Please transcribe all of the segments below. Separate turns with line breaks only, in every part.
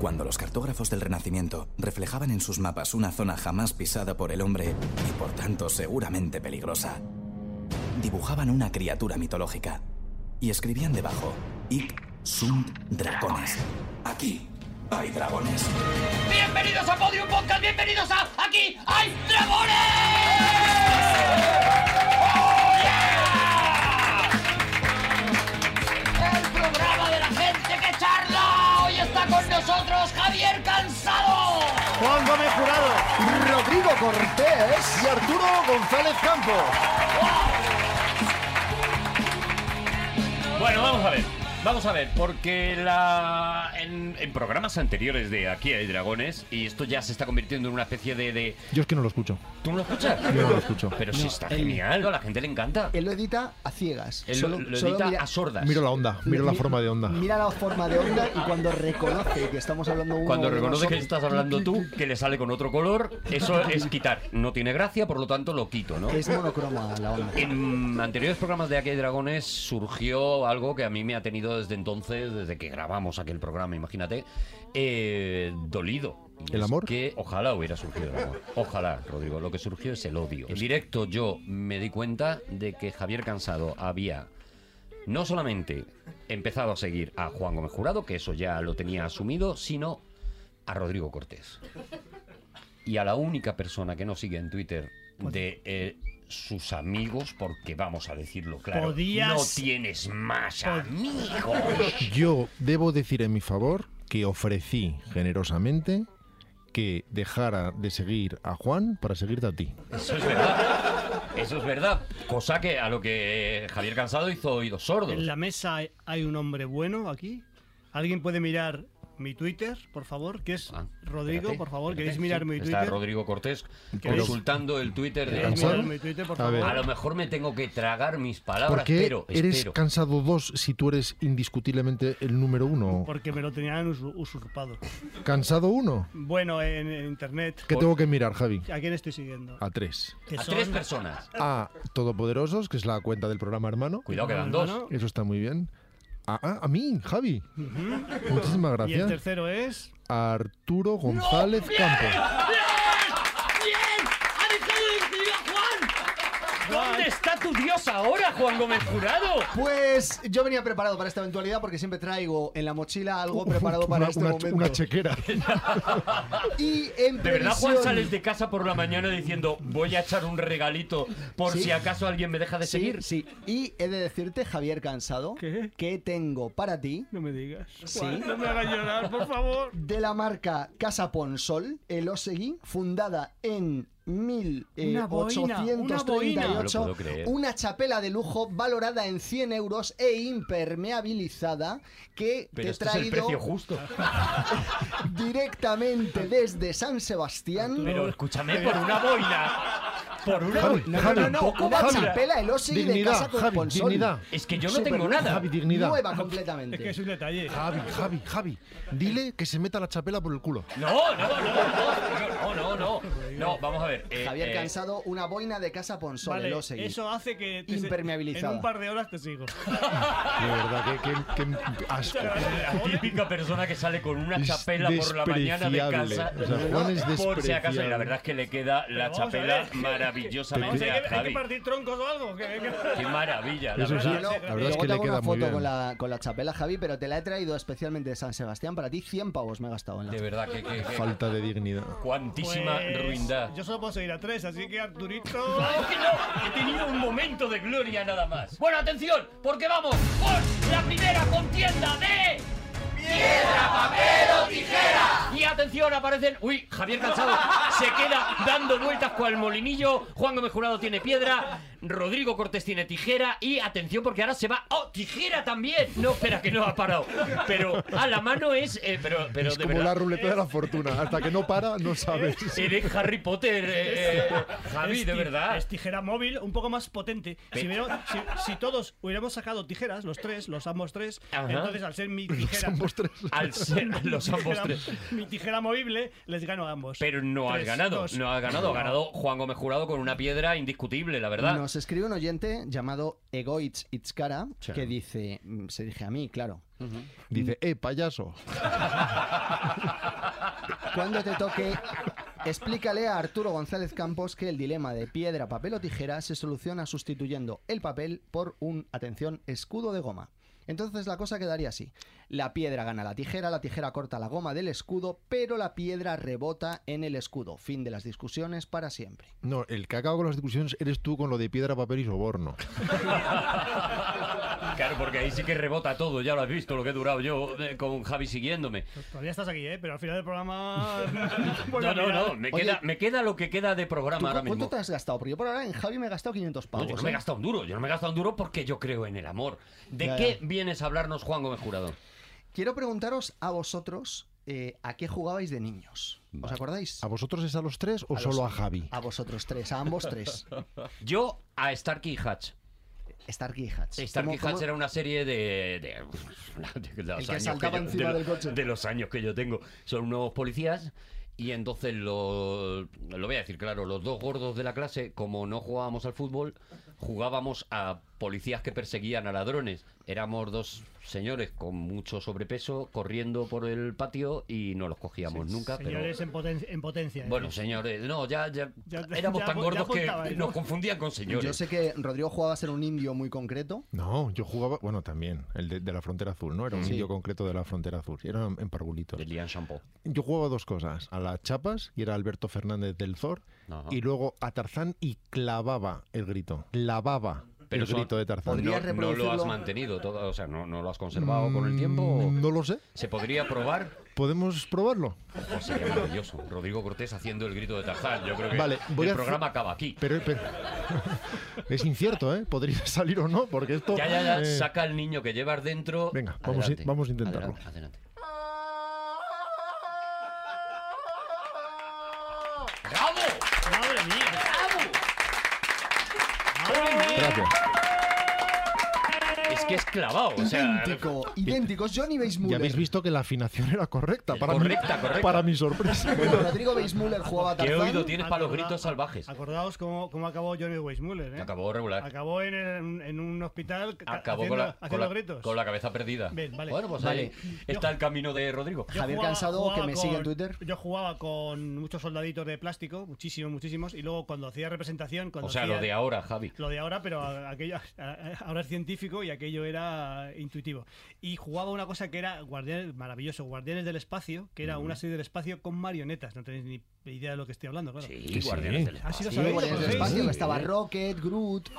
Cuando los cartógrafos del Renacimiento reflejaban en sus mapas una zona jamás pisada por el hombre y por tanto seguramente peligrosa, dibujaban una criatura mitológica y escribían debajo: Ic sunt dragones. Aquí hay dragones.
Bienvenidos a Podium Podcast, bienvenidos a Aquí hay dragones. ¡Oh, yeah! El programa de la gente que charla. Hoy está con nosotros Javier Cansado.
Juan Gómez Jurado,
Rodrigo Cortés.
y Arturo González Campos.
Bueno, vamos a ver. Vamos a ver, porque la en, en programas anteriores de Aquí hay dragones, y esto ya se está convirtiendo en una especie de... de-
Yo es que no lo escucho.
¿Tú no lo escuchas?
Yo no eh, lo escucho.
Pero sí, está genial, a la gente le encanta.
Él lo edita a ciegas.
Él
Solo-
lo, lo
solo
edita
mira-
a sordas.
Miro la onda, miro la
mi-
forma de onda.
Mira la forma de onda y cuando reconoce que estamos hablando uno
Oh,
Cuando
de
reconoce que
nosotros-
estás hablando tú, que le sale con otro color, eso es quitar. No tiene gracia, por lo tanto lo quito, ¿no?
Es monocroma la onda.
En anteriores programas de Aquí hay Dragones surgió algo que a mí me ha tenido desde entonces, desde que grabamos aquel programa, imagínate, eh, dolido. Y
¿El
es
amor?
Pues Que ojalá hubiera surgido el amor. Ojalá, Rodrigo. Lo que surgió es el odio. En directo yo me di cuenta de que Javier Cansado había no solamente empezado a seguir a Juan Gómez Jurado, que eso ya lo tenía asumido, sino a Rodrigo Cortés. Y a la única persona que no sigue en Twitter de eh, sus amigos, porque vamos a decirlo claro,
Podías-
no tienes más amigos.
Yo debo decir en mi favor que ofrecí generosamente que dejara de seguir a Juan para seguirte a ti.
Eso es verdad. Eso es verdad. Cosa que a lo que eh, Javier Cansado hizo oídos sordos.
En la mesa hay- hay un hombre bueno aquí. ¿Alguien puede mirar mi Twitter, por favor? Que es
Ah,
Rodrigo,
espérate,
por favor.
espérate,
¿Queréis
sí.
mirar mi
Está
Twitter?
Rodrigo Cortés
Pero-
consultando el Twitter de...
¿Queréis
¿Cansado?
mirar mi Twitter, por
A ver.
favor?
A lo mejor me tengo que tragar mis palabras,
¿Por qué
pero
eres
espero.
cansado dos si tú eres indiscutiblemente el número uno?
Porque me lo tenían usur- usurpado.
¿Cansado uno?
Bueno, en, en internet.
¿Qué tengo que mirar, Javi?
¿A quién estoy siguiendo?
A tres.
Que
a
son-
tres personas.
A Todopoderosos, que es la cuenta del programa hermano.
Cuidado, quedan
No,
dos.
no,
Eso está muy bien. A, a- a mí, Javi. Muchísimas
Y el
gracias.
tercero es.
A Arturo González Campos.
¡Bien! ¡Ha dejado de escribir a Juan!
¿Dónde está tu dios ahora, Juan Gómez Jurado?
Pues yo venía preparado para esta eventualidad porque siempre traigo en la mochila algo preparado para
Una-
este
una-
momento.
una chequera.
y en
De verdad, Juan,
previsión-
sales de casa por la mañana diciendo voy a echar un regalito por
Sí.
si acaso alguien me deja de
Sí,
seguir.
sí. Y he de decirte, Javier Cansado,
¿Qué?
que tengo para ti
No me digas.
Sí.
Juan, No me hagas llorar, por favor.
de la marca Casa Ponsol, el Osegui, fundada en eh,
Una boina,
No
una boina.
lo
1838,
puedo creer.
una chapela de lujo valorada en 100 euros e impermeabilizada que
Pero
te he
este es el
traído
precio justo.
directamente desde San Sebastián.
Pero escúchame, por una boina. Por una
Javi,
boina.
Javi,
no, no,
tampoco
una
va a
Javi,
durar.
chapela, el Osegui de
dignidad,
Casa
Javi,
Ponsol.
dignidad.
Es que yo no tengo nada.
Javi, dignidad.
Nueva
Es
completamente.
que es un detalle.
Ah,
Javi, Javi, Javi. Dile que se meta la chapela por el culo.
No, no, no, no, no, no, no. No, vamos a ver. eh,
Javier
eh,
Cansado, una boina de Casa Ponsol, el
Vale,
Osegui.
eso hace que. te-
Impermeabilizada.
En un par de horas te sigo.
De verdad, que, que- que asco.
La típica persona que sale con una chapela por la mañana de casa.
Despreciable. O sea, Juan
Por
es
si acaso, y
despreciable.
la verdad es que le queda la
Pero vamos a
chapela
ver. Vamos,
maravillosamente
hay,
a
que, hay que
Javi.
partir troncos o algo. que- que-
Qué maravilla, la
Eso sí,
verdad.
Bueno,
la verdad
luego
es que
te
le
hago
queda
una
muy
foto con
bien.
la, con la chapela, Javi, pero te la he traído especialmente de San Sebastián para ti. 100 pavos me he gastado en la
De verdad, que, que- que
Falta de dignidad.
cuantísima
Pues,
ruindad.
Yo solo puedo seguir a tres, así que Arturito.
¡No, que no! He tenido un momento de gloria nada más. Bueno, atención, porque vamos con la primera contienda de... ¡Piedra, papel o tijera! Y atención, aparecen... Uy, Javier Cansado se queda dando vueltas cual molinillo. Juan Gómez Jurado tiene piedra. Rodrigo Cortés tiene tijera. Y atención, porque ahora se va... ¡Oh, tijera también! No, espera, que no ha parado. Pero a la mano es... eh, pero, pero
Es
de
como
verdad...
la ruleta de la fortuna. Hasta que no para, no sabes.
Eres Harry Potter, eh, eh, Javi,
es
de
ti-
verdad. Eh.
Es tijera móvil, un poco más potente. Si, hubiera- si- si todos hubiéramos sacado tijeras, los tres, los ambos tres,
Ajá.
entonces al ser mi tijera.
Somos tres.
Al ser los ambos
tijera-
tres.
Mi tijera piedra movible, les gano a ambos.
Pero no has
Tres,
ganado,
dos.
no has ganado. Ha ganado Juan Gómez Jurado con una piedra indiscutible, la verdad.
Nos escribe un oyente llamado Egoitz Itzkara
Sí.
que dice, mm, se dirige a mí, claro.
Dice, eh, payaso.
Cuando te toque, explícale a Arturo González Campos que el dilema de piedra, papel o tijera se soluciona sustituyendo el papel por un, atención, escudo de goma. Entonces la cosa quedaría así. La piedra gana la tijera, la tijera corta la goma del escudo, pero la piedra rebota en el escudo. Fin de las discusiones para siempre.
No, el que acaba con las discusiones eres tú con lo de piedra, papel y soborno.
Claro, porque ahí sí que rebota todo, ya lo has visto, lo que he durado yo eh, con Javi siguiéndome.
Todavía estás aquí, ¿eh? Pero al final del programa... vuelve
No,
a
no,
mirar.
no, me
Pues Oye,
queda, me queda lo que queda de
¿Tú
programa ahora
cu- ¿Cuánto
mismo.
te has gastado? Porque yo por ahora en Javi me he gastado 500
No,
pavos.
yo no me he
¿eh?
gastado un duro, yo no me he gastado un duro porque yo creo en el amor. ¿De
Ya,
qué
ya.
vienes a hablarnos, Juan Gómez Jurado?
Quiero preguntaros a vosotros eh, a qué jugabais de niños. ¿Os acordáis?
¿A vosotros es a los tres o
A
solo
los-
a Javi?
A vosotros tres, a ambos tres.
Yo a Starkey y Hatch.
Starkey y Hatch.
Starkey
¿Cómo- cómo-
Hatch era una serie de. de- de los
El que
años
saltaba
yo-
encima
de lo-
del coche.
de los años que yo tengo. Son unos policías. Y entonces los- lo voy a decir claro, los dos gordos de la clase, como no jugábamos al fútbol, jugábamos a policías que perseguían a ladrones. Éramos dos señores con mucho sobrepeso corriendo por el patio y no los cogíamos nunca. pero-
eh,
Señores en, poten- en potencia. ¿eh?
Bueno, señores, no, ya, ya,
Ya-
éramos
ya
tan
apu- ya
gordos que
apuntabais, ¿no?
nos confundían con señores.
¿eh? Yo sé que Rodrigo jugaba a ser un indio muy concreto.
No, yo jugaba, bueno, también, el de, de la frontera azul, ¿no? Era un
Sí.
indio concreto de la frontera azul, era en parvulito.
De Lian Shampoo.
Yo jugaba dos cosas, a las chapas, y era Alberto Fernández del Zor,
Ajá.
y luego a Tarzán y clavaba el grito, clavaba
Pero
el
son-
grito de Tarzán.
Podría- ¿Podrías
no, no lo has
reproducirlo?
mantenido todo, o sea, no, no lo has conservado con el tiempo. ¿o?
Mm, No lo sé,
¿Se podría probar?
¿podemos probarlo?
Ojo, sería maravilloso. Rodrigo Cortés haciendo el grito de Tarzán. Yo creo que
Vale, voy
el
a hacer-
programa acaba aquí.
Pero, pero- es incierto, ¿eh? Podría salir o no, porque esto...
Ya, ya, ya.
eh,
Saca al niño que llevas dentro.
Venga, vamos a-
Adelante,
vamos a intentarlo.
Adelante, adelante. ¡Bravo!
¡Madre mía!
Gracias.
Es que es clavado. O sea,
idéntico, idénticos. Johnny
Ya
Weissmuller.
habéis visto que la afinación era correcta, para, mi-
Correcta, correcta.
para mi sorpresa.
Bueno, Rodrigo Weissmuller jugaba a
¿qué
Tarzán.
oído tienes para los
Acorda-
gritos salvajes?
Acordaos cómo, cómo acabó Johnny Weissmuller, ¿eh?
Acabó regular.
Acabó en, en- en un hospital ca-
Acabó
haciendo,
con la, con,
haciendo
la,
gritos.
con la cabeza perdida.
Bien, vale.
Bueno, pues ahí está el camino de Rodrigo.
Yo
Javier Cansado, que me
con-
sigue en Twitter.
Yo jugaba con muchos soldaditos de plástico, muchísimos, muchísimos, y luego cuando hacía representación, cuando
O sea,
hacía-
lo de ahora, Javi.
lo de ahora, pero a- aquello a- ahora es científico y aquello era intuitivo. Y jugaba una cosa que era guardianes, maravilloso, Guardianes del Espacio, que era una serie del espacio con marionetas. No tenéis ni idea de lo que estoy hablando, claro.
Sí,
sí.
Guardianes del
Ah, sí,
Espacio.
lo
Sí,
¿Sabéis?
bueno, en el
Sí.
espacio
Sí.
estaba Rocket, Groot.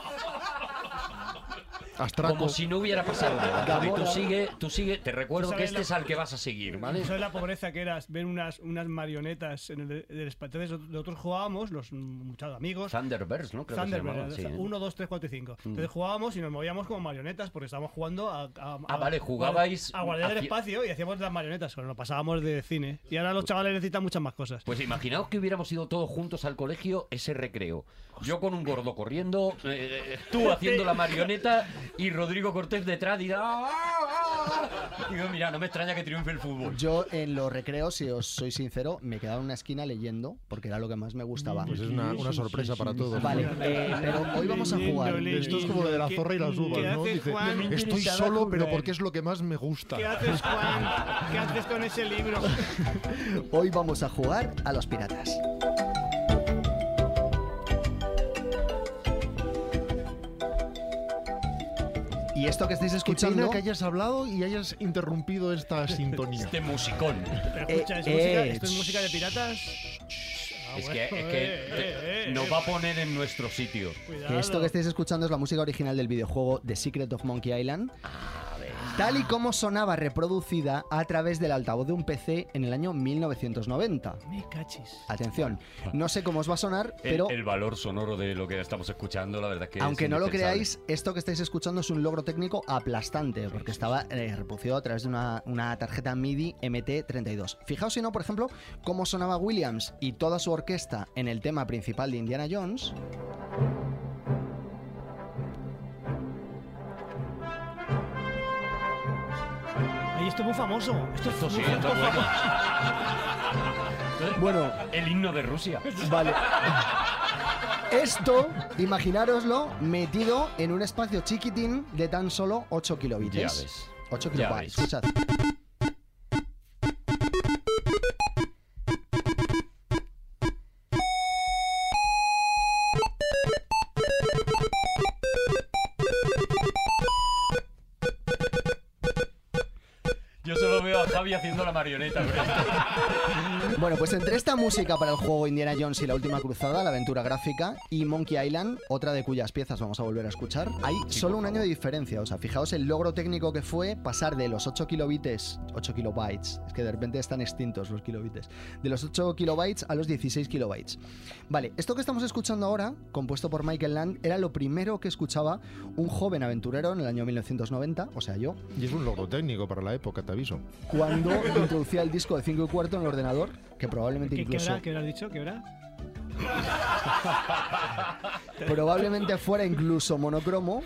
Astraco.
Como si no hubiera pasado nada. Javi, tú
Gamora.
sigue, tú sigue. Te recuerdo que
sabes
este
la-
es al que vas a seguir, ¿vale?
Eso es la pobreza que era ver unas, unas marionetas en el, del espacio. Entonces nosotros jugábamos, los muchos amigos,
Thunderbirds, ¿no? Creo que se
Thunderbird,
llamaba, sí. ¿eh? Mm.
1, 2, 3, 4 y 5. Entonces jugábamos y nos movíamos como marionetas porque estábamos jugando a. a-
Ah,
a-
vale, jugabais-
A guardar el
hacia-
espacio y hacíamos las marionetas, pero nos pasábamos de cine. Y ahora los chavales necesitan muchas más cosas.
Pues imaginaos que hubiéramos ido todos juntos al colegio ese recreo. Yo con un gordo corriendo, eh, tú haciendo la marioneta y Rodrigo Cortés detrás y... ¡Ah, ah, ah! Digo, mira, no me extraña que triunfe el fútbol.
Yo en los recreos, si os soy sincero, me quedaba en una esquina leyendo, porque era lo que más me gustaba.
Pues es una, una sorpresa para todos.
Vale, eh, pero hoy vamos a jugar.
Esto es como lo de la zorra y las uvas,
¿Qué
¿no?
haces,
Dice,
Juan? Me
estoy
interesaba
solo, pero
jugar".
porque es lo que más me gusta.
¿Qué haces, Juan? ¿Qué haces con ese libro?
Hoy vamos a jugar a los piratas. Y esto que estáis
Qué pena
escuchando.
que hayas hablado y hayas interrumpido esta sintonía.
Este musicón.
Pero escucha, ¿es
Eh,
música,
eh,
¿esto es música de piratas? Ah,
Es
bueno,
que, es que
eh, eh,
te-
eh,
nos va a poner en nuestro sitio.
cuidado.
Que esto que
este
estáis escuchando es la música original del videojuego The Secret of Monkey Island, tal y como sonaba reproducida a través del altavoz de un PC en el año 1990.
Me cachis.
Ah.
Atención, no sé cómo os va a sonar,
El-
pero
el, valor sonoro de lo que estamos escuchando, la verdad es que es
aunque no lo
indispensable.
creáis, esto que estáis escuchando es un logro técnico aplastante, porque estaba eh, reproducido a través de una, una tarjeta MIDI MT32. Fijaos si no, por ejemplo, cómo sonaba Williams y toda su orquesta en el tema principal de Indiana Jones.
Ahí esto es muy famoso. Esto es
Esto sí,
muy
esto es bueno.
Bueno,
El himno de Rusia.
vale. Esto, imaginároslo, metido en un espacio chiquitín de tan solo 8 kilobits.
Ya ves.
8
Ya
kilobytes.
ves.
Escuchad.
Yo solo veo a Javi haciendo la marioneta. con esto.
Bueno, pues entre esta música para el juego Indiana Jones y la última cruzada, la aventura gráfica, y Monkey Island, otra de cuyas piezas vamos a volver a escuchar, hay solo un año de diferencia. O sea, fijaos el logro técnico que fue pasar de los 8 kilobytes, 8 kilobytes, es que de repente están extintos los kilobytes, de los 8 kilobytes a los 16 kilobytes. Vale, esto que estamos escuchando ahora, compuesto por Michael Land, era lo primero que escuchaba un joven aventurero en el año 1990, o sea, yo,
Y es un logro técnico para la época, te aviso.
cuando introducía el disco de 5 y cuarto en el ordenador, que probablemente
¿Qué, qué
incluso...
hora, ¿Qué hora has dicho? ¿Qué hora?
probablemente fuera incluso monocromo.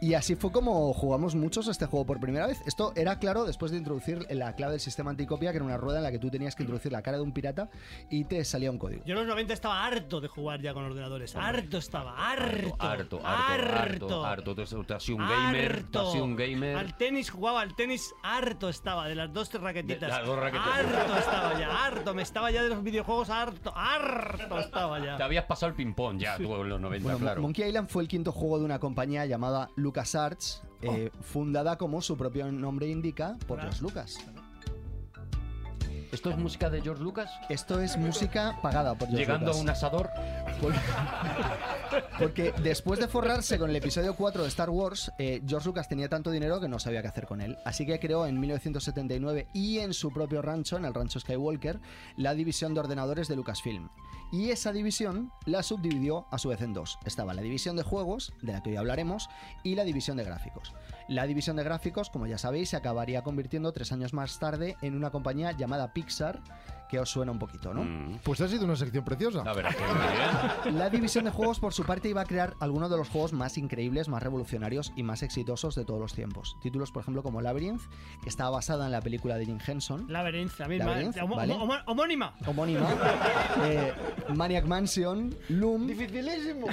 Y así fue como jugamos muchos a este juego por primera vez. Esto era claro después de introducir la clave del sistema anticopia, que era una rueda en la que tú tenías que introducir la cara de un pirata y te salía un código.
Yo en los 90 estaba harto de jugar ya con ordenadores. Harto estaba, harto.
Harto, harto, harto, harto. Tú has- Tú has sido un gamer, tú has sido un gamer.
Al tenis jugaba, al tenis harto estaba de las dos raquetitas.
De las dos raquetitas.
Harto estaba ya, harto. Me estaba ya de los videojuegos harto, harto estaba
Te
ya.
habías pasado el ping-pong ya, tú en los 90,
Bueno, Mon-
claro.
Monkey Island fue el quinto juego de una compañía llamada LucasArts, eh,
Oh.
fundada como su propio nombre indica por
Claro.
los Lucas.
¿Esto es música de George Lucas?
Esto es música pagada por los
Llegando a
Lucas.
un asador.
Porque después de forrarse con el episodio 4 de Star Wars, eh, George Lucas tenía tanto dinero que no sabía qué hacer con él. Así que creó en 1979 y en su propio rancho, en el rancho Skywalker, la división de ordenadores de Lucasfilm. Y esa división la subdividió a su vez en dos. Estaba la división de juegos, de la que hoy hablaremos, y la división de gráficos. La división de gráficos, como ya sabéis, se acabaría convirtiendo tres años más tarde en una compañía llamada Pixar, que os suena un poquito, ¿no?
Mm.
Pues ha sido una sección preciosa.
La verdad que muy bien.
La división de juegos, por su parte, iba a crear algunos de los juegos más increíbles, más revolucionarios y más exitosos de todos los tiempos. Títulos, por ejemplo, como Labyrinth, que estaba basada en la película de Jim Henson,
Laberinto, la misma.
Laberinth,
homo-
vale.
homo- homónima.
homónima, eh, Maniac Mansion, Loom,
Dificilísimo.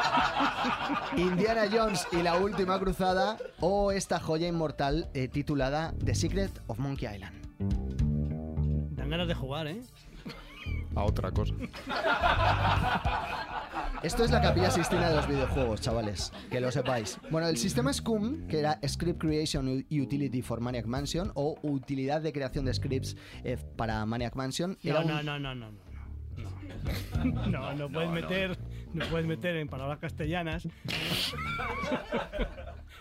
Indiana Jones y la última cruzada, o esta joya inmortal eh, titulada The Secret of Monkey Island.
Dan ganas de jugar, ¿eh?
A otra cosa.
Esto es la capilla sistina de los videojuegos, chavales, que lo sepáis. Bueno, el sistema SCUM, que era Script Creation U- Utility for Maniac Mansion, o Utilidad de Creación de Scripts eh, para Maniac Mansion, era
No,
un-
no, no, no, no. no. No, no, no puedes meter, no puedes meter en palabras castellanas.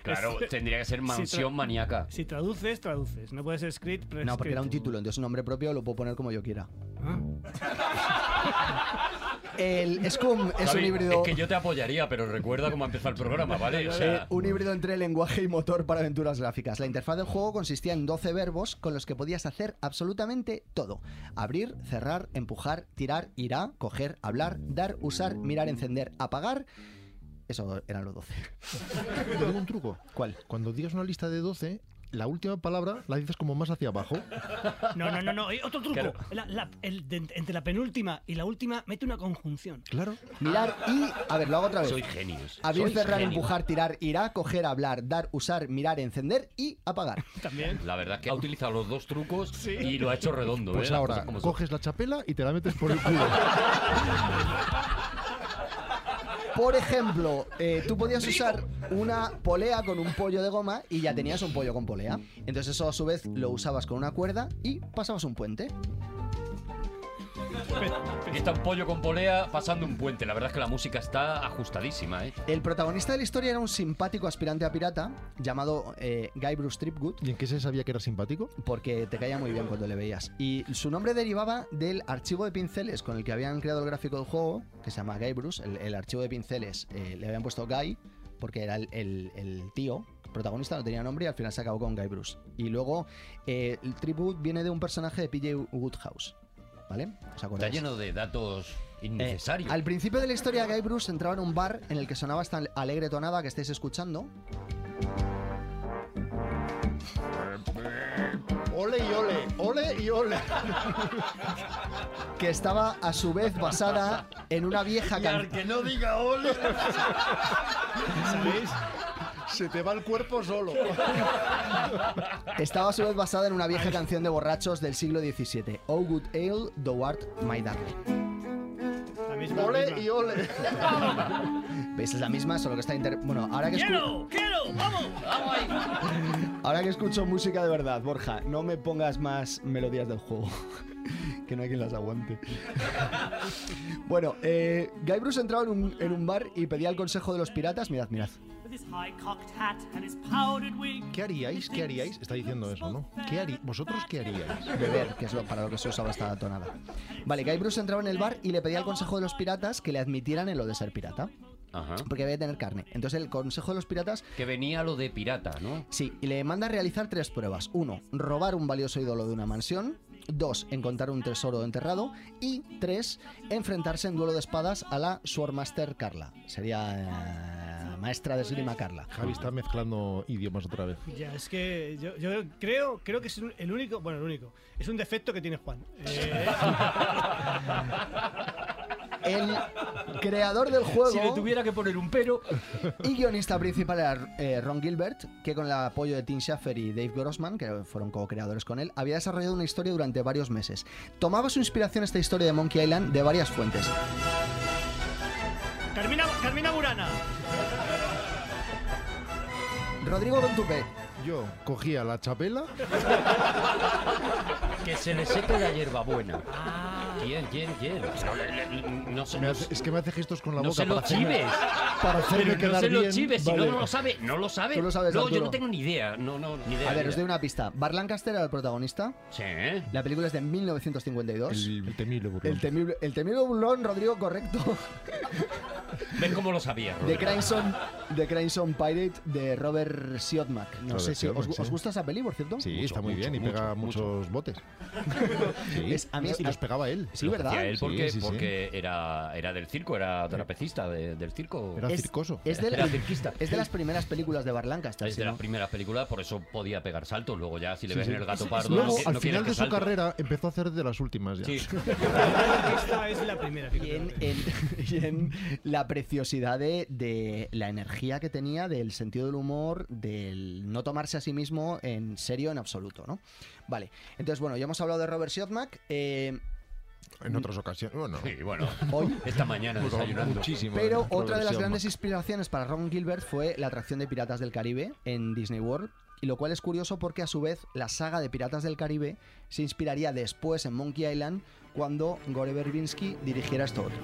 Claro, tendría que ser mansión maníaca.
Si traduces, traduces. No puedes ser script, pero
No, porque era un
script. Ah.
título, entonces un nombre propio lo puedo poner como yo quiera. El SCUM es
Javi,
un híbrido...
que yo te apoyaría, pero recuerda cómo empezó el programa, ¿vale? O sea,
Eh, Un híbrido entre lenguaje y motor para aventuras gráficas. La interfaz del juego consistía en 12 verbos con los que podías hacer absolutamente todo. Abrir, cerrar, empujar, tirar, irá, coger, hablar, dar, usar, mirar, encender, apagar. Eso eran los 12.
Yo tengo un truco.
¿Cuál?
Cuando digas una lista de 12, la última palabra la dices como más hacia abajo.
No, no, no, no. eh, Otro truco.
Claro.
La- la- el de- entre la penúltima y la última, mete una conjunción.
Claro.
Pues
Mirar y... A ver, lo hago otra vez.
soy genios.
Abrir,
sois
cerrar,
genios.
empujar, tirar, irá, coger, hablar, dar, usar, mirar, encender y apagar.
También.
La verdad es que ha utilizado los dos trucos y lo ha hecho redondo.
Pues
¿eh? Las
ahora,
cosas como son.
coges la chapela y te la metes por el culo.
Por ejemplo, eh, tú podías usar una polea con un pollo de goma y ya tenías un pollo con polea. Entonces eso a su vez lo usabas con una cuerda y pasabas un puente.
Aquí está un pollo con polea pasando un puente. La verdad es que la música está ajustadísima, ¿eh?
El protagonista de la historia era un simpático aspirante a pirata llamado eh, Guybrush Tripgood.
¿Y en qué se sabía que era simpático?
Porque te caía muy bien cuando le veías. Y su nombre derivaba del archivo de pinceles con el que habían creado el gráfico del juego, que se llama Guybrush. El, el archivo de pinceles eh, le habían puesto Guy, porque era el, el- el tío protagonista, no tenía nombre y al final se acabó con Guybrush. Y luego eh, el tribute viene de un personaje de PJ Woodhouse. ¿Vale? ¿Os
Está
Pues.
acordáis?
lleno de datos
Eh,
innecesarios.
al principio de la historia, Guy Bruce entraba en un bar en el que sonaba esta alegre tonada que estáis escuchando.
Ole y ole, ole y ole.
que estaba a su vez basada en una vieja
Y al
canción.
que no diga ole, ¿sabéis? Se te va el cuerpo solo.
Estaba a su vez basada en una vieja canción de borrachos del siglo XVII. Oh good ale, thou art my darling.
La misma,
Ole
misma.
y ole.
¿Veis? Es la misma, solo que está inter... Bueno, ahora que, escu-
¡Quiero! ¡Quiero! ¡Vamos! ¡Vamos ahí!
ahora que escucho música de verdad, Borja, no me pongas más melodías del juego. que no hay quien las aguante. bueno, eh, Guy Bruce entraba en un, en un bar y pedía el consejo de los piratas. Mirad, mirad.
¿Qué haríais? ¿Qué haríais? Está diciendo eso, ¿no? ¿Qué harí- ¿Vosotros qué haríais?
Beber, que es lo, para lo que se usaba esta tonada. Vale, Guy Bruce entraba en el bar y le pedía el consejo de los piratas que le admitieran en lo de ser pirata.
Ajá.
Porque debe tener carne. Entonces el consejo de los piratas
Que venía lo de pirata, ¿no?
Sí, y le manda a realizar tres pruebas. Uno, robar un valioso ídolo de una mansión. Dos, encontrar un tesoro enterrado. Y tres, enfrentarse en duelo de espadas a la Swordmaster Carla. Sería eh, maestra de esgrima Carla.
Javi está mezclando idiomas otra vez.
Ya, es que yo, yo creo, creo que es un- el único, bueno, el único, es un defecto que tiene Juan. Eh,
El creador del juego
Si le tuviera que poner un pero.
y guionista principal era eh, Ron Gilbert, que con el apoyo de Tim Schafer y Dave Grossman, que fueron co-creadores con él, había desarrollado una historia durante varios meses. Tomaba su inspiración esta historia de Monkey Island de varias fuentes.
Carmina, Carmina Burana.
Rodrigo Contupé,
Yo cogía la chapela
Que se le seque la hierbabuena.
Ah.
¿Quién, quién, quién? No, le- le- no se,
Me
no,
hace- es que me hace gestos con la
no
boca
se lo
para hacerme-
chives.
para
Ah,
hacerme
Pero no
quedar
se lo
bien.
chives, si
Vale.
no, no lo sabe. No lo sabe.
Tú lo sabes,
no, yo
Arturo.
no tengo ni idea. No, no, ni idea.
A ver,
ni
os doy
idea.
una pista. Bart Lancaster era el protagonista.
Sí, ¿eh?
La película es de 1952. El,
El temible burlón.
temible, el temible burlón, Rodrigo, correcto.
Ven cómo lo sabía.
De
Roberto.
Crimson, de Crimson Pirate de Robert Siodmak. No
Robert
sé si os,
Siodmak, sí.
os gusta esa peli, por cierto.
Sí,
Mucho,
está muy
mucho,
bien y
mucho,
pega
mucho.
muchos botes. Sí.
Es- a mí-
y los
a-
pegaba él.
Sí, ¿verdad?
Hacia él porque,
Sí, sí, sí.
porque Era, era del circo, era trapecista de- del circo.
Era
Es-
circoso.
Es de,
Era cirquista.
es de las primeras películas de Bart Lancaster.
Es
si
de
no.
las primeras películas, por eso podía pegar saltos. Luego ya, si le ves en el gato
Es- es-
pardo,
Luego,
no, que-
al
no quieres
final
que
de su
salte.
carrera, empezó a hacer de las últimas ya.
Sí.
Esta es la primera. fíjate.
Y en, en- y en la preciosidad de, de la energía que tenía, del sentido del humor, del no tomarse a sí mismo en serio en absoluto, ¿no? Vale, entonces bueno, ya hemos hablado de Robert Siodmak. eh,
En otras ocasiones. Bueno,
Sí, bueno.
hoy
Esta mañana desayunando.
muchísimo.
Pero
Robert
otra de las
Siodmak.
grandes inspiraciones para Ron Gilbert fue la atracción de Piratas del Caribe en Disney World. Y lo cual es curioso porque a su vez la saga de Piratas del Caribe se inspiraría después en Monkey Island cuando Gore Verbinski dirigiera esto otro.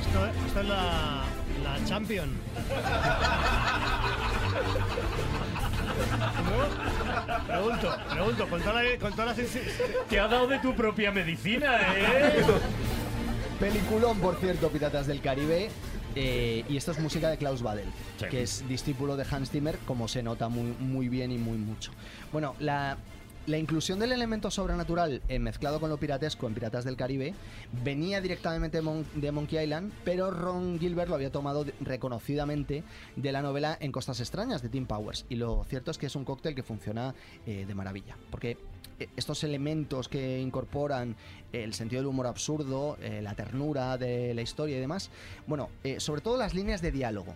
Esto, esto es la, la Champion. ¿No? Pregunto, pregunto, con toda la, con toda la sensi-
Te ha dado de tu propia medicina, ¿eh?
Peliculón, por cierto, Piratas del Caribe. eh, y esto es música de Klaus Badel, que es discípulo de Hans Zimmer, como se nota muy, muy bien y muy mucho. Bueno, la, la inclusión del elemento sobrenatural eh, mezclado con lo piratesco en Piratas del Caribe venía directamente de, Mon- de Monkey Island, pero Ron Gilbert lo había tomado de- reconocidamente de la novela En Costas Extrañas de Tim Powers. Y lo cierto es que es un cóctel que funciona eh, de maravilla, porque eh, estos elementos que incorporan el sentido del humor absurdo, eh, la ternura de la historia y demás. Bueno, eh, sobre todo las líneas de diálogo,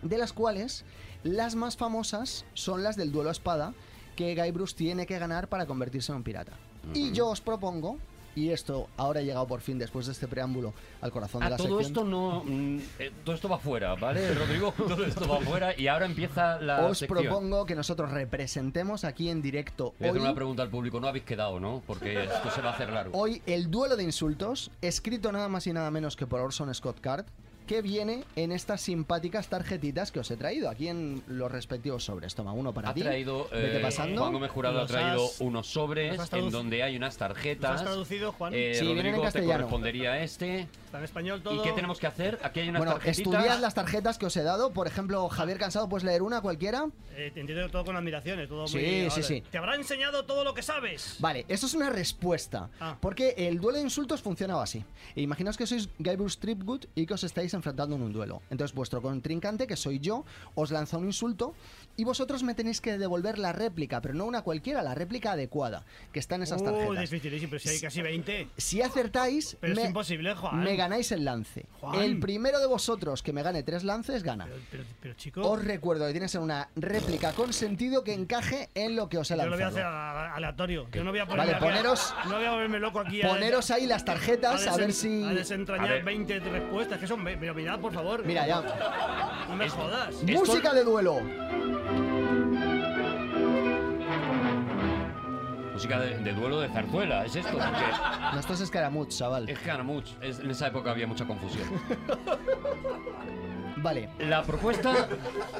de las cuales las más famosas son las del duelo a espada que Guy Bruce tiene que ganar para convertirse en un pirata. Y yo os propongo, y esto ahora he llegado por fin después de este preámbulo al corazón de
Ah,
la
todo
sección.
esto no. mm, eh, todo esto va fuera, ¿vale, Rodrigo? Todo esto va fuera y ahora empieza la
os
sección.
propongo que nosotros representemos aquí en directo
Voy a hacer
hoy
una pregunta al público. No habéis quedado, ¿no? Porque esto se va a hacer largo.
Hoy el duelo de insultos, escrito nada más y nada menos que por Orson Scott Card, que viene en estas simpáticas tarjetitas que os he traído aquí en los respectivos sobres. Toma uno para
Ha
ti.
traído.
Vete
eh,
pasando.
Juan Gómez Jurado ha
Los
traído
has-
unos sobres
los has
en
traduc-
donde hay unas tarjetas.
¿Los has traducido, Juan?
Eh,
Sí, vienen en
Rodrigo, te
castellano.
correspondería este.
Está en español todo.
¿Y qué tenemos que hacer? Aquí hay unas
Bueno,
tarjetitas.
estudiad las tarjetas que os he dado. Por ejemplo, Javier Cansado, puedes leer una cualquiera.
Eh, te entiendo todo con admiraciones, todo
Sí,
muy...
sí,
ahora,
sí.
Te habrá enseñado todo lo que sabes.
Vale, eso es una respuesta.
Ah.
Porque el duelo de insultos funcionaba así. E imaginaos que sois Guybrush Tripgood y que os estáis enfrentando en un duelo. Entonces vuestro contrincante, que soy yo, os lanza un insulto y vosotros me tenéis que devolver la réplica, pero no una cualquiera, la réplica adecuada, que está en esas
Uh,
tarjetas.
dificilísimo, pero si hay casi 20.
Si acertáis,
Pero es imposible, Juan.
me ganáis el lance.
Juan.
El primero de vosotros que me gane tres lances gana.
Pero, pero, pero, chico,
Os recuerdo que tienes una réplica con sentido que encaje en lo que os he
yo lo voy a
lanzado.
hacer a- aleatorio. Yo no voy a
Vale,
ponerme aquí a-
poneros-
no voy a volverme loco aquí. a-
Poneros ahí las
a
tarjetas a ver
desen-
si.
A desentrañar
A ver.
20 respuestas, que son. ve- Pero mirad, por favor.
Mira ya.
No me jodas.
Música de duelo.
Música de, de duelo de zarzuela, es esto. Porque
No, esto es escaramuz, chaval.
es que era mucho. Es- en esa época había mucha confusión.
Vale.
La propuesta,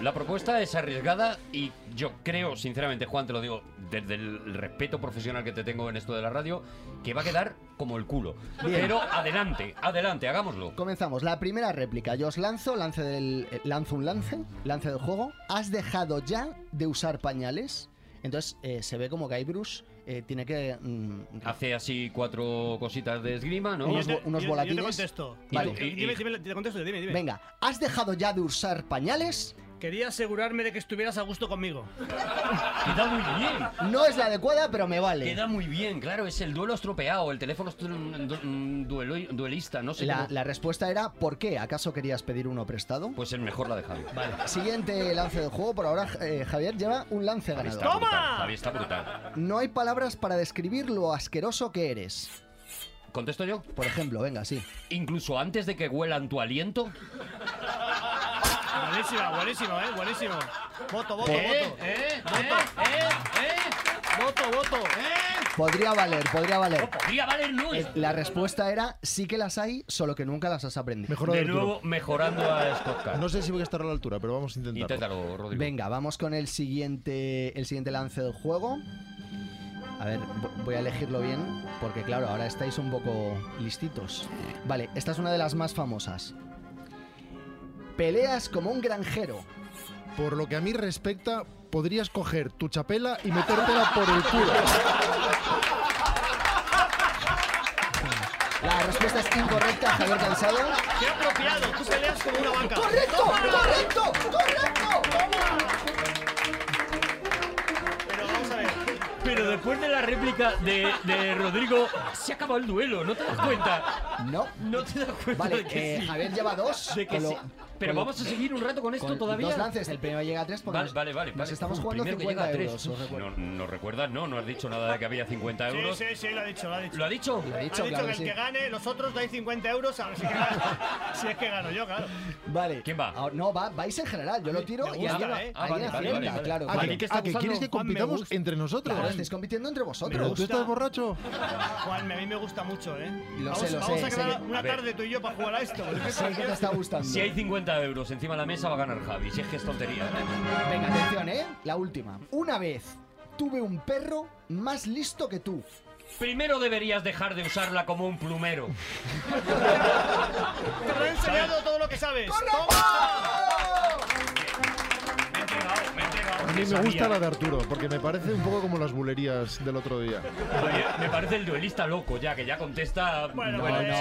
la propuesta es arriesgada y yo creo, sinceramente, Juan, te lo digo desde el respeto profesional que te tengo en esto de la radio, que va a quedar como el culo. Pero adelante, adelante, hagámoslo.
Comenzamos. La primera réplica. Yo os lanzo, lance del. eh, Lanzo un lance, lance del juego. Has dejado ya de usar pañales. Entonces eh, se ve como que Guybrush eh, tiene que. mm,
Hace así cuatro cositas de esgrima, ¿no?
unos
Yo te-
bo- unos
yo- Yo
volatines.
te contesto.
Vale.
Dime, dime, dime, te contesto, dime, dime.
venga, ¿has dejado ya de usar pañales?
Quería asegurarme de que estuvieras a gusto conmigo.
Queda muy bien.
No es la adecuada, pero me vale.
Ah, Queda muy bien, claro, es el duelo estropeado, el teléfono es un du- un duelo- duelista, no sé.
La,
cómo-
la respuesta era ¿por qué? ¿Acaso querías pedir uno prestado?
Pues es mejor la de Javi.
Siguiente lance del juego. Por ahora eh, Javier lleva un lance
Javi
ganado.
está brutal, Javi está brutal.
No hay palabras para describir lo asqueroso que eres.
¿Contesto yo?
Por ejemplo, venga, sí.
Incluso antes de que huelan tu aliento,
Buenísimo, buenísimo, eh, buenísimo. Voto, voto, voto.
¿Eh? ¿Eh? ¿Eh?
Voto, voto.
Podría valer, podría valer.
No podría valer luz.
Eh, La respuesta era sí que las hay, solo que nunca las has aprendido.
Mejor
de
Arturo.
nuevo, mejorando a Scott Card.
No sé si voy a estar a la altura, pero vamos a intentarlo.
Inténtalo, Rodrigo.
Venga, vamos con el siguiente, el siguiente lance del juego. A ver, vo- voy a elegirlo bien, porque claro, ahora estáis un poco listitos. Vale, esta es una de las más famosas. Peleas como un granjero.
Por lo que a mí respecta, podrías coger tu chapela y metértela por el culo.
La respuesta es incorrecta, Javier Cansado.
Qué apropiado. Tú peleas como una vaca.
¡Correcto! ¡Correcto! ¡Correcto!
Pero vamos a ver.
Pero después de la réplica de, de Rodrigo, se acabó el duelo, ¿no te das cuenta?
No.
No te das cuenta
Vale,
de que
eh,
sí.
Javier lleva dos.
De que
con lo-
sí. Pero
con lo-
vamos a seguir un rato con esto
con
todavía.
Dos lances, el primero llega a tres porque
Vale,
nos-
vale, vale.
nos
vale.
estamos
Uf,
jugando
primero que llega
50
a tres.
euros, os recuerdo.
No, no recuerdas, no, no has dicho nada de que había 50
Sí,
euros.
sí, sí, lo ha dicho, lo ha dicho.
¿Lo ha dicho?
Lo he dicho,
Ha dicho
claro
que
que
el
sí.
que gane, los otros dais 50 euros, a ver si, que gano- si es que gano yo, claro.
Vale.
¿Quién va?
Ahora- no, va, vais en general. Yo lo tiro
Me
y
gusta,
alguien,
¿eh?
alguien
Ah, vale, vale,
acierta,
vale, vale.
claro.
Ah,
Vale,
que,
¿qué
ah,
está
que
usando?
quieres que
Juan, me
compitamos
gusta.
entre nosotros.
Ahora estáis compitiendo entre vosotros.
Me
¿Pero tú
gusta.
estás borracho?
Juan, a mí me gusta mucho, ¿eh?
Lo
vamos
sé, lo
vamos
sé,
a
sé
quedar
que-
una
A ver.
tarde tú y yo para jugar a esto. porque
Sé que te está gustando.
Si hay 50 euros encima de la mesa, va a ganar Javi. Si es que es tontería.
Venga, atención, ¿eh? La última. Una vez tuve un perro más listo que tú.
Primero deberías dejar de usarla como un plumero.
Te lo he enseñado todo lo que sabes.
Me he pegado, me he pegado.
A mí me gusta la de Arturo, porque me parece un poco como las bulerías del otro día.
Oye, me parece el duelista loco ya, que ya contesta.
Bueno,
no,
bueno,
no,
eh,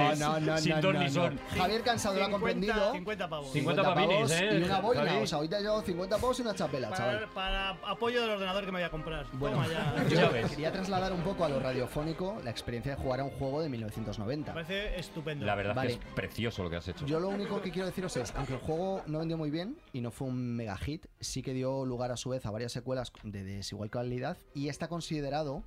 sin- sin ton ni son.
Javier Cansado lo ha
50,
comprendido.
50 pavos.
50 pavines,
pavos
¿eh?
Y una boina.
Javi.
O sea, ahorita llevo 50 pavos y una chapela,
Para,
chaval.
para apoyo del ordenador que me voy a comprar.
Bueno.
Toma ya.
Yo
Ya ves.
quería trasladar un poco a lo radiofónico la experiencia de jugar a un juego de 1990.
Me parece estupendo.
La verdad es que
Vale.
es precioso lo que has hecho.
Yo lo único que quiero deciros es, aunque el juego no vendió muy bien y no fue un mega hit, sí que dio lugar a su vez a varias secuelas de desigual calidad y está considerado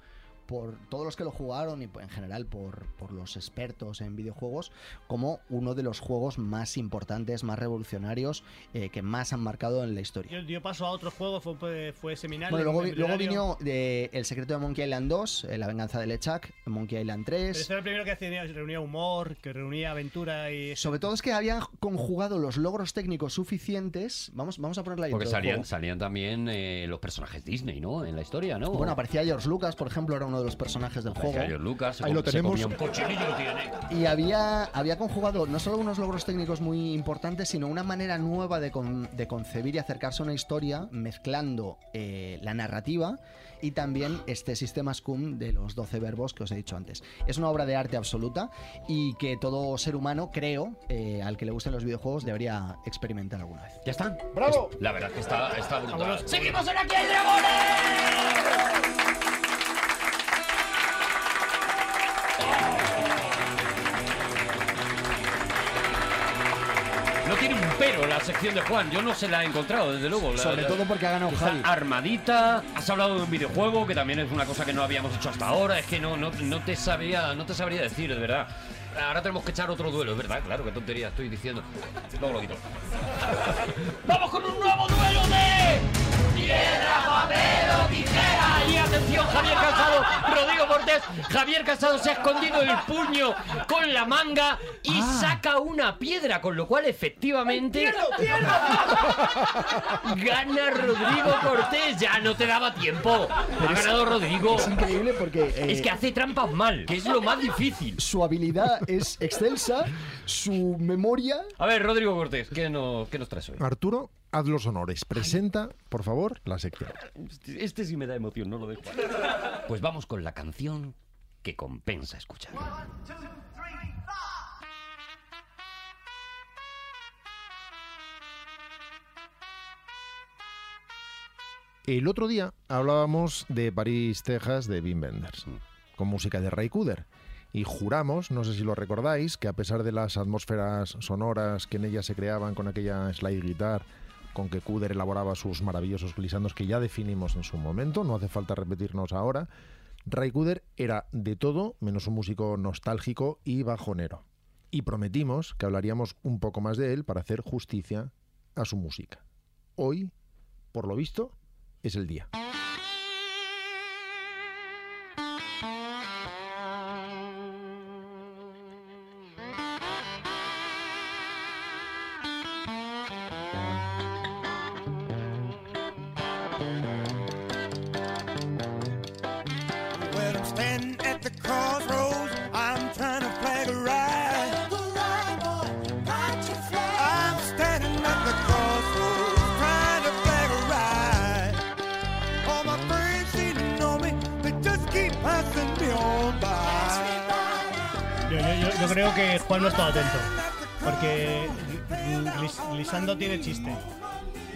por todos los que lo jugaron y pues, en general por, por los expertos en videojuegos como uno de los juegos más importantes, más revolucionarios, eh, que más han marcado en la historia.
Yo dio paso a otros juegos, fue, fue seminario.
Bueno, luego, vi- luego
seminario.
vino de El secreto de Monkey Island 2, eh, La venganza de Lechak, Monkey Island 3...
Pero este era el primero que hacía- reunía humor, que reunía aventura y.
Sobre todo es que habían conjugado los logros técnicos suficientes. Vamos, vamos a poner la
Porque
intro del
salían,
juego.
salían también eh, los personajes Disney, ¿no? En la historia, ¿no?
Bueno, aparecía George Lucas, por ejemplo, era uno uno de los personajes del juego.
Gallo Lucas, se
Ahí
com-
lo
se
tenemos.
comía un cochinillo, tiene.
Y había, había conjugado no solo unos logros técnicos muy importantes, sino una manera nueva de, con- de concebir y acercarse a una historia, mezclando eh, la narrativa y también este sistema SCUM de los 12 verbos que os he dicho antes. Es una obra de arte absoluta y que todo ser humano, creo, eh, al que le gusten los videojuegos, debería experimentar alguna vez.
Ya está.
¡Bravo!
La verdad es que está, está brutal.
¡Seguimos en Aquí hay Dragones!
No tiene un pero la sección de Juan. Yo no se la he encontrado, desde luego. La-
Sobre
la-
todo porque ha ganado
Está
Javi.
armadita, has hablado de un videojuego que también es una cosa que no habíamos hecho hasta ahora, es que no, no, no te sabía, no te sabría decir, de verdad. Ahora tenemos que echar otro duelo, es verdad, claro, qué tontería estoy diciendo. Luego lo quito.
¡Vamos con un nuevo duelo de piedra, papel o tijera!
Y atención, Javier Casado, Rodrigo Cortés, Javier Casado se ha escondido el puño con la manga y saca una piedra, con lo cual efectivamente gana Rodrigo Cortés. Ya no te daba tiempo. Ha ganado Rodrigo.
Es increíble porque... eh,
Es que hace trampas mal, que es lo más difícil.
Su habilidad es excelsa, su memoria
A ver, Rodrigo Cortés, ¿qué nos, qué nos traes hoy?
Arturo, haz los honores. Presenta, por favor, la sección.
Este sí me da emoción, no lo dejo. Pues vamos con la canción que compensa escuchar.
El otro día hablábamos de París, Texas, de Wim Wenders, con música de Ray Cooder. Y juramos, no sé si lo recordáis, que a pesar de las atmósferas sonoras que en ella se creaban con aquella slide guitar, con que Cooder elaboraba sus maravillosos glissandos que ya definimos en su momento, no hace falta repetirnos ahora, Ray Cooder era de todo menos un músico nostálgico y bajonero. Y prometimos que hablaríamos un poco más de él para hacer justicia a su música. Hoy, por lo visto, es el día.
Well, I'm standing at the crossroads. I'm trying to flag a ride. I'm standing at the crossroads, trying to flag a ride. All my friends seem to know me, they just keep passing me on by.
Yo, yo- yo- yo creo que Juan no estaba atento. Porque glis- Glisando tiene chiste.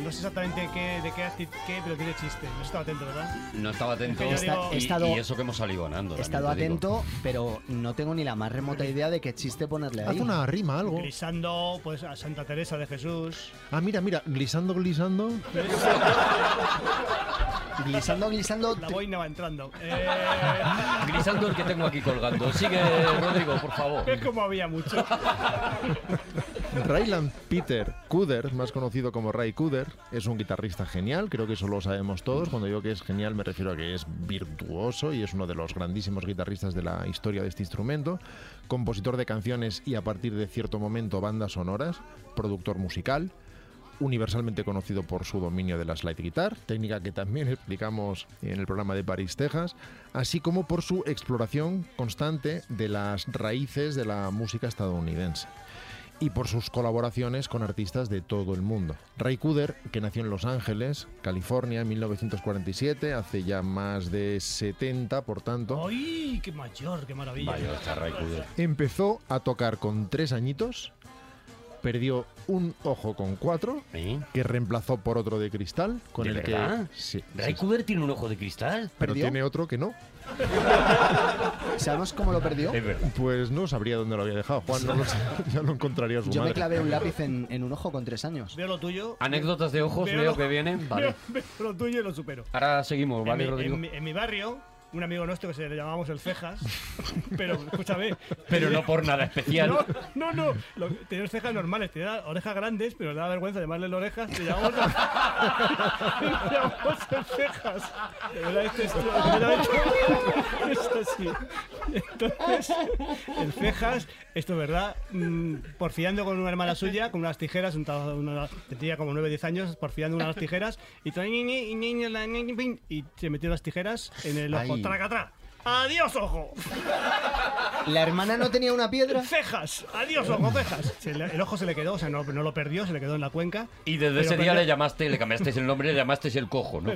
No sé exactamente qué, de qué, acti- qué, pero tiene chiste. No estaba atento, ¿verdad?
No estaba atento
Es que yo digo-
y,
He estado-
y eso que hemos salido ganando.
He
también
estado
te digo.
atento, pero no tengo ni la más remota idea de qué chiste ponerle
Haz
ahí.
una rima, algo.
Glisando, pues a Santa Teresa de Jesús.
Ah, mira, mira, glisando, glisando.
Glisando, glisando.
La boina va entrando. Eh,
Grisando el que tengo aquí colgando. Sigue, Rodrigo, por favor.
es como había mucho.
Rayland Peter Cooder, más conocido como Ray Cooder, es un guitarrista genial, creo que eso lo sabemos todos. Cuando digo que es genial me refiero a que es virtuoso y es uno de los grandísimos guitarristas de la historia de este instrumento, compositor de canciones y a partir de cierto momento bandas sonoras, productor musical, universalmente conocido por su dominio de la slide guitar, técnica que también explicamos en el programa de París, Texas, así como por su exploración constante de las raíces de la música estadounidense y por sus colaboraciones con artistas de todo el mundo. Ray Cooder, que nació en Los Ángeles, California, en 1947, hace ya más de 70, por tanto,
¡Ay, qué mayor, qué maravilla!
Vaya, está Ray Cooder.
empezó a tocar con tres añitos, perdió un ojo con cuatro,
¿Eh?
que reemplazó por otro de cristal, con
¿De
el
verdad?
que... Sí,
¿Ray
sí,
Cooder tiene un ojo de cristal?
pero
¿Perdió?
tiene otro que no.
¿Sabemos cómo lo perdió?
Es verdad.
Pues no sabría dónde lo había dejado, Juan, no lo sé, ya lo encontraría su
Yo me
madre.
clavé un lápiz en, en un ojo con tres años.
Veo lo tuyo.
Anécdotas de ojos,
Veo
veo
lo-
que vienen. Vale.
Veo, veo lo tuyo y lo supero.
Ahora seguimos, ¿vale,
en, mi,
Rodrigo?
en mi- en mi barrio, un amigo nuestro que se le llamábamos el Cejas, pero escúchame.
Pero no por nada especial.
No, no, no. Lo- tenía cejas normales, tenía orejas grandes, pero le daba vergüenza llamarle las orejas. Le llamamos, le llamamos el cejas. De verdad, esto es, de verdad, esto- es así. Entonces, el cejas, esto es verdad, mm, porfiando con una hermana suya, con unas tijeras, un tazo- una, tenía como 9 10 años, porfiando unas tijeras, y, tra- y se metió las tijeras en el ojo.
Ay.
Tracatrá. Adiós, ojo.
¿La hermana no tenía una piedra?
Cejas. Adiós, ojo, cejas. Se le- el ojo se le quedó, o sea, no, no lo perdió, se le quedó en la cuenca.
Y desde
Pero
ese día
perdió-
le llamaste, le cambiasteis el nombre, le llamasteis el cojo, ¿no?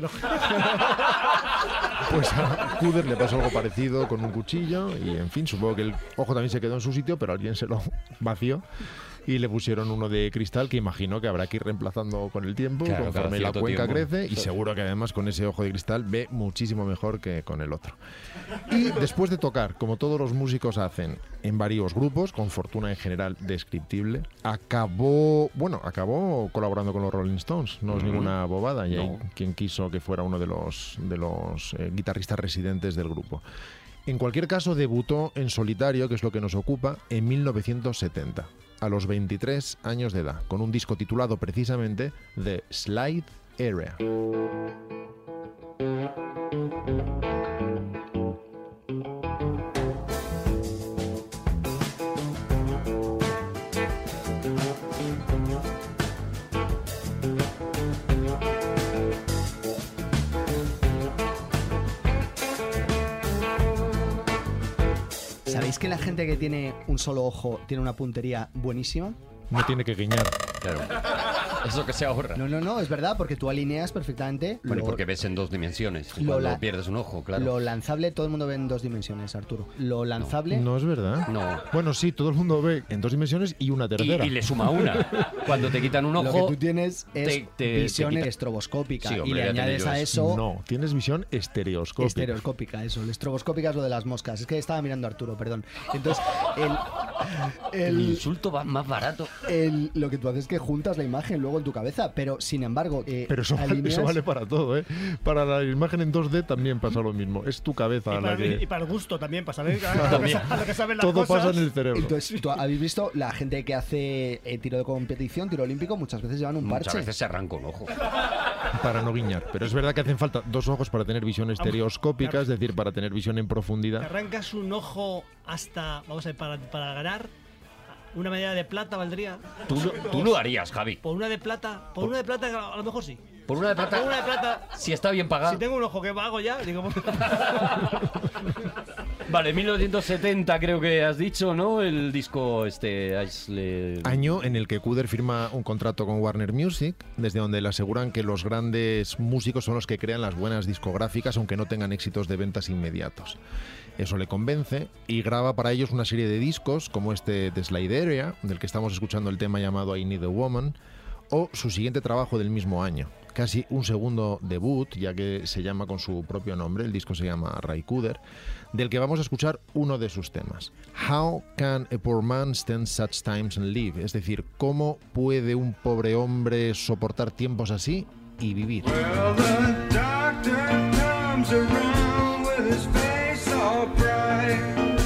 Pues a Cuder le pasó algo parecido con un cuchillo y en fin, supongo que el ojo también se quedó en su sitio, pero alguien se lo vació y le pusieron uno de cristal que imagino que habrá que ir reemplazando con el tiempo,
Claro, cada
conforme la
cierto
cuenca
tiempo.
crece y seguro que además con ese ojo de cristal ve muchísimo mejor que con el otro. Y después de tocar, como todos los músicos hacen, en varios grupos, con fortuna en general descriptible, acabó, bueno, acabó colaborando con los Rolling Stones. No es ninguna bobada. Y hay quien quiso que fuera uno de los, de los eh, guitarristas residentes del grupo. En cualquier caso, debutó en solitario, que es lo que nos ocupa, en 1970, a los 23 años de edad, con un disco titulado precisamente The Slide Area.
¿Sabéis que la gente que tiene un solo ojo tiene una puntería buenísima?
No tiene que guiñar.
Claro. Eso que se ahorra.
No, no, no, es verdad, porque tú alineas perfectamente.
Bueno, y
lo-
porque ves en dos dimensiones.
lo
Cuando
la-
pierdes un ojo, claro.
Lo lanzable, todo el mundo ve en dos dimensiones, Arturo. Lo lanzable.
No es verdad.
No.
Bueno, sí, todo el mundo ve en dos dimensiones y una
Y,
tercera.
y le suma una. Cuando te quitan un
Lo que
ojo,
tú tienes es
te- te- te
visión
quita-
estroboscópica
Sí, hombre,
y le
ya tenía
añades
yo
a
eso.
eso
No, tienes visión estereoscópica.
Estereoscópica, eso. El estroboscópica es lo de las moscas. Es que estaba mirando a Arturo, perdón. Entonces, el,
el
el-
insulto va más barato.
el- lo que tú haces es que juntas la imagen luego en tu cabeza, pero sin embargo, eh,
Pero eso, vale-
alineas-
eso vale para todo, ¿eh? Para la imagen en 2D también pasa lo mismo. Es tu cabeza
Y
la
para, y
que...
para el gusto también, para saber a lo que, sa- a lo que saben las
Todo
cosas.
pasa en el cerebro.
Entonces, ¿tú habéis visto la gente que hace eh, tiro de competición, tiro olímpico? Muchas veces llevan un
Muchas
parche.
veces se arranca un ojo.
Para no guiñar. Pero es verdad que hacen falta dos ojos para tener visión estereoscópica, es decir, para tener visión en
Te
profundidad.
arrancas un ojo hasta, vamos a ver, para, para ganar una medalla de plata valdría.
Tú, no- tú lo harías, Javi.
Por una de plata, por una de plata a lo mejor sí.
Por una de plata. Ah.
Por una de plata.
Si está bien pagada.
Si tengo un ojo que vago ya, digo,
Vale, 1970 creo que has dicho, ¿no? El disco este Isle-
Año en el que Kuder firma un contrato con Warner Music, desde donde le aseguran que los grandes músicos son los que crean las buenas discográficas, aunque no tengan éxitos de ventas inmediatos. Eso le convence y graba para ellos una serie de discos, como este de Slideria, del que estamos escuchando el tema llamado I Need a Woman, o su siguiente trabajo del mismo año. Casi un segundo debut, ya que se llama con su propio nombre, el disco se llama Ray Cooder, del que vamos a escuchar uno de sus temas. How can a poor man stand such times and live? Es decir, ¿cómo puede un pobre hombre soportar tiempos así y vivir?
Well, the doctor comes around with his face all bright.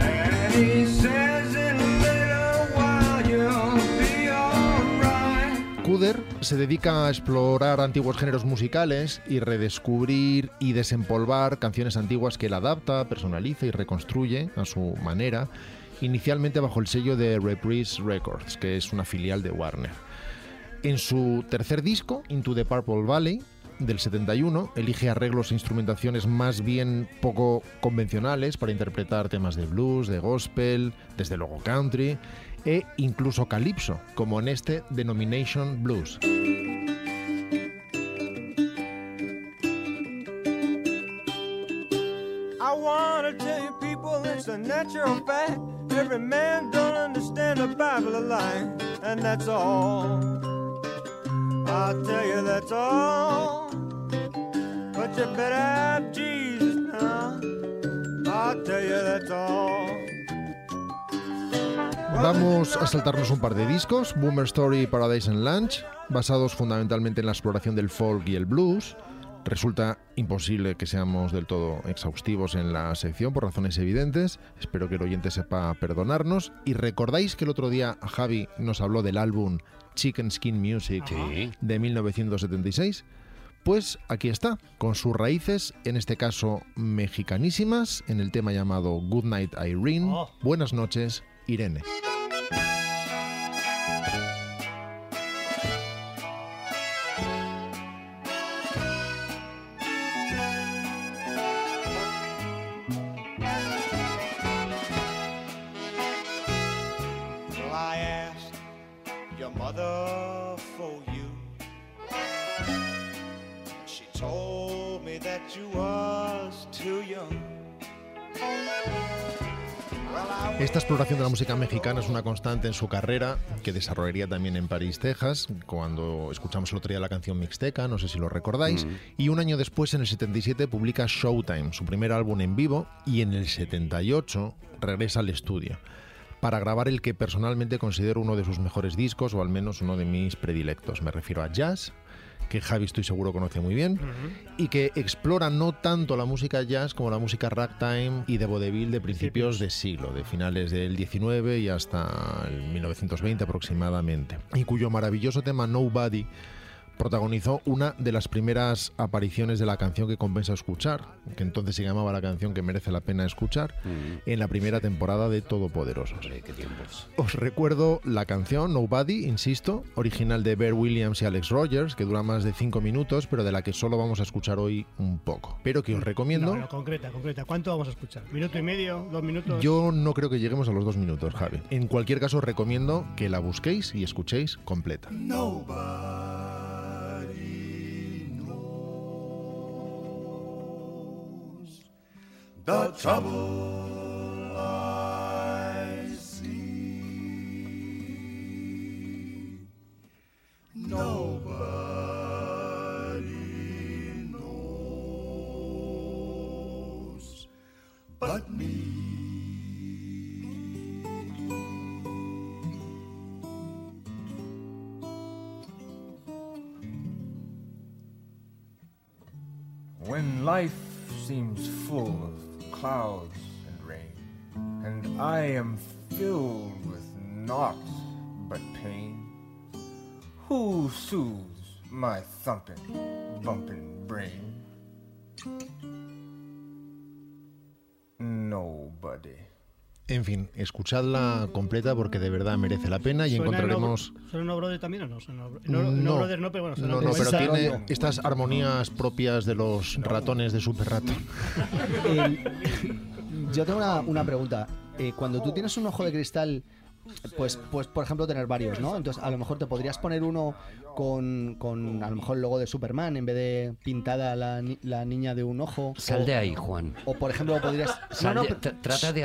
And he says, in a little while, you'll be alright.
Cooder se dedica a explorar antiguos géneros musicales y redescubrir y desempolvar canciones antiguas que él adapta, personaliza y reconstruye a su manera, inicialmente bajo el sello de Reprise Records, que es una filial de Warner. En su tercer disco, Into the Purple Valley, del 71, elige arreglos e instrumentaciones más bien poco convencionales para interpretar temas de blues, de gospel, desde luego country e incluso calipso, como en este Denomination Blues.
I wanna tell you people it's a natural fact. Every man don't understand the Bible a lie, and that's all. I'll tell you that's all. But you better have Jesus now. I'll tell you that's all.
Vamos a saltarnos un par de discos, Boomer Story y Paradise and Lunch, basados fundamentalmente en la exploración del folk y el blues. Resulta imposible que seamos del todo exhaustivos en la sección por razones evidentes. Espero que el oyente sepa perdonarnos. Y recordáis que el otro día Javi nos habló del álbum Chicken Skin Music
Sí.
de 1976. Pues aquí está, con sus raíces, en este caso mexicanísimas, en el tema llamado Good Night Irene,
Oh.
Buenas noches Irene.
Good told me that you was too young. Well, I
Esta exploración de la música mexicana es una constante en su carrera, que desarrollaría también en París, Texas, cuando escuchamos el otro día la canción Mixteca, no sé si lo recordáis, y un año después, en el 77, publica Showtime, su primer álbum en vivo, y en el 78 regresa al estudio para grabar el que personalmente considero uno de sus mejores discos, o al menos uno de mis predilectos. Me refiero a Jazz, que Javi estoy seguro conoce muy bien, y que explora no tanto la música jazz como la música ragtime y de vodevil de principios de siglo, de finales del 19 y hasta el 1920 aproximadamente, y cuyo maravilloso tema Nobody protagonizó una de las primeras apariciones de la canción que compensa escuchar, que entonces se llamaba la canción que merece la pena escuchar, en la primera temporada de Todopoderosos.
Mm. ¿Qué tiempos?
Os recuerdo la canción Nobody, insisto, original de Bear Williams y Alex Rogers, que dura más de 5 minutos, pero de la que solo vamos a escuchar hoy un poco. Pero
Mm.
que os recomiendo.
No, no, concreta, concreta. ¿Cuánto vamos a escuchar? ¿Minuto y medio? ¿Dos minutos?
Yo no creo que lleguemos a los dos minutos, Javi. En cualquier caso, os recomiendo que la busquéis y escuchéis completa.
Nobody knows the trouble I see. Nobody knows but me.
When life seems full of clouds and rain, and I am filled with naught but pain, who soothes my thumping, bumping brain? Nobody.
En fin, escuchadla completa porque de verdad merece la pena y
¿Suena
encontraremos.
No, ¿Suena No Brother también o no? Suena no, no, no Brother no, pero bueno, suena
no,
Brother.
no, pero
Esa-
tiene estas armonías propias de los ratones de Super Ratón.
El- Yo tengo una, una pregunta. Eh, cuando tú tienes un ojo de cristal, pues, pues por ejemplo tener varios, ¿no? Entonces a lo mejor te podrías poner uno con, con a lo mejor el logo de Superman en vez de pintada la, ni- la niña de un ojo.
Sal
o,
de ahí, Juan.
O por ejemplo podrías...
Sal
no,
de-
no, pero-
tra- trata de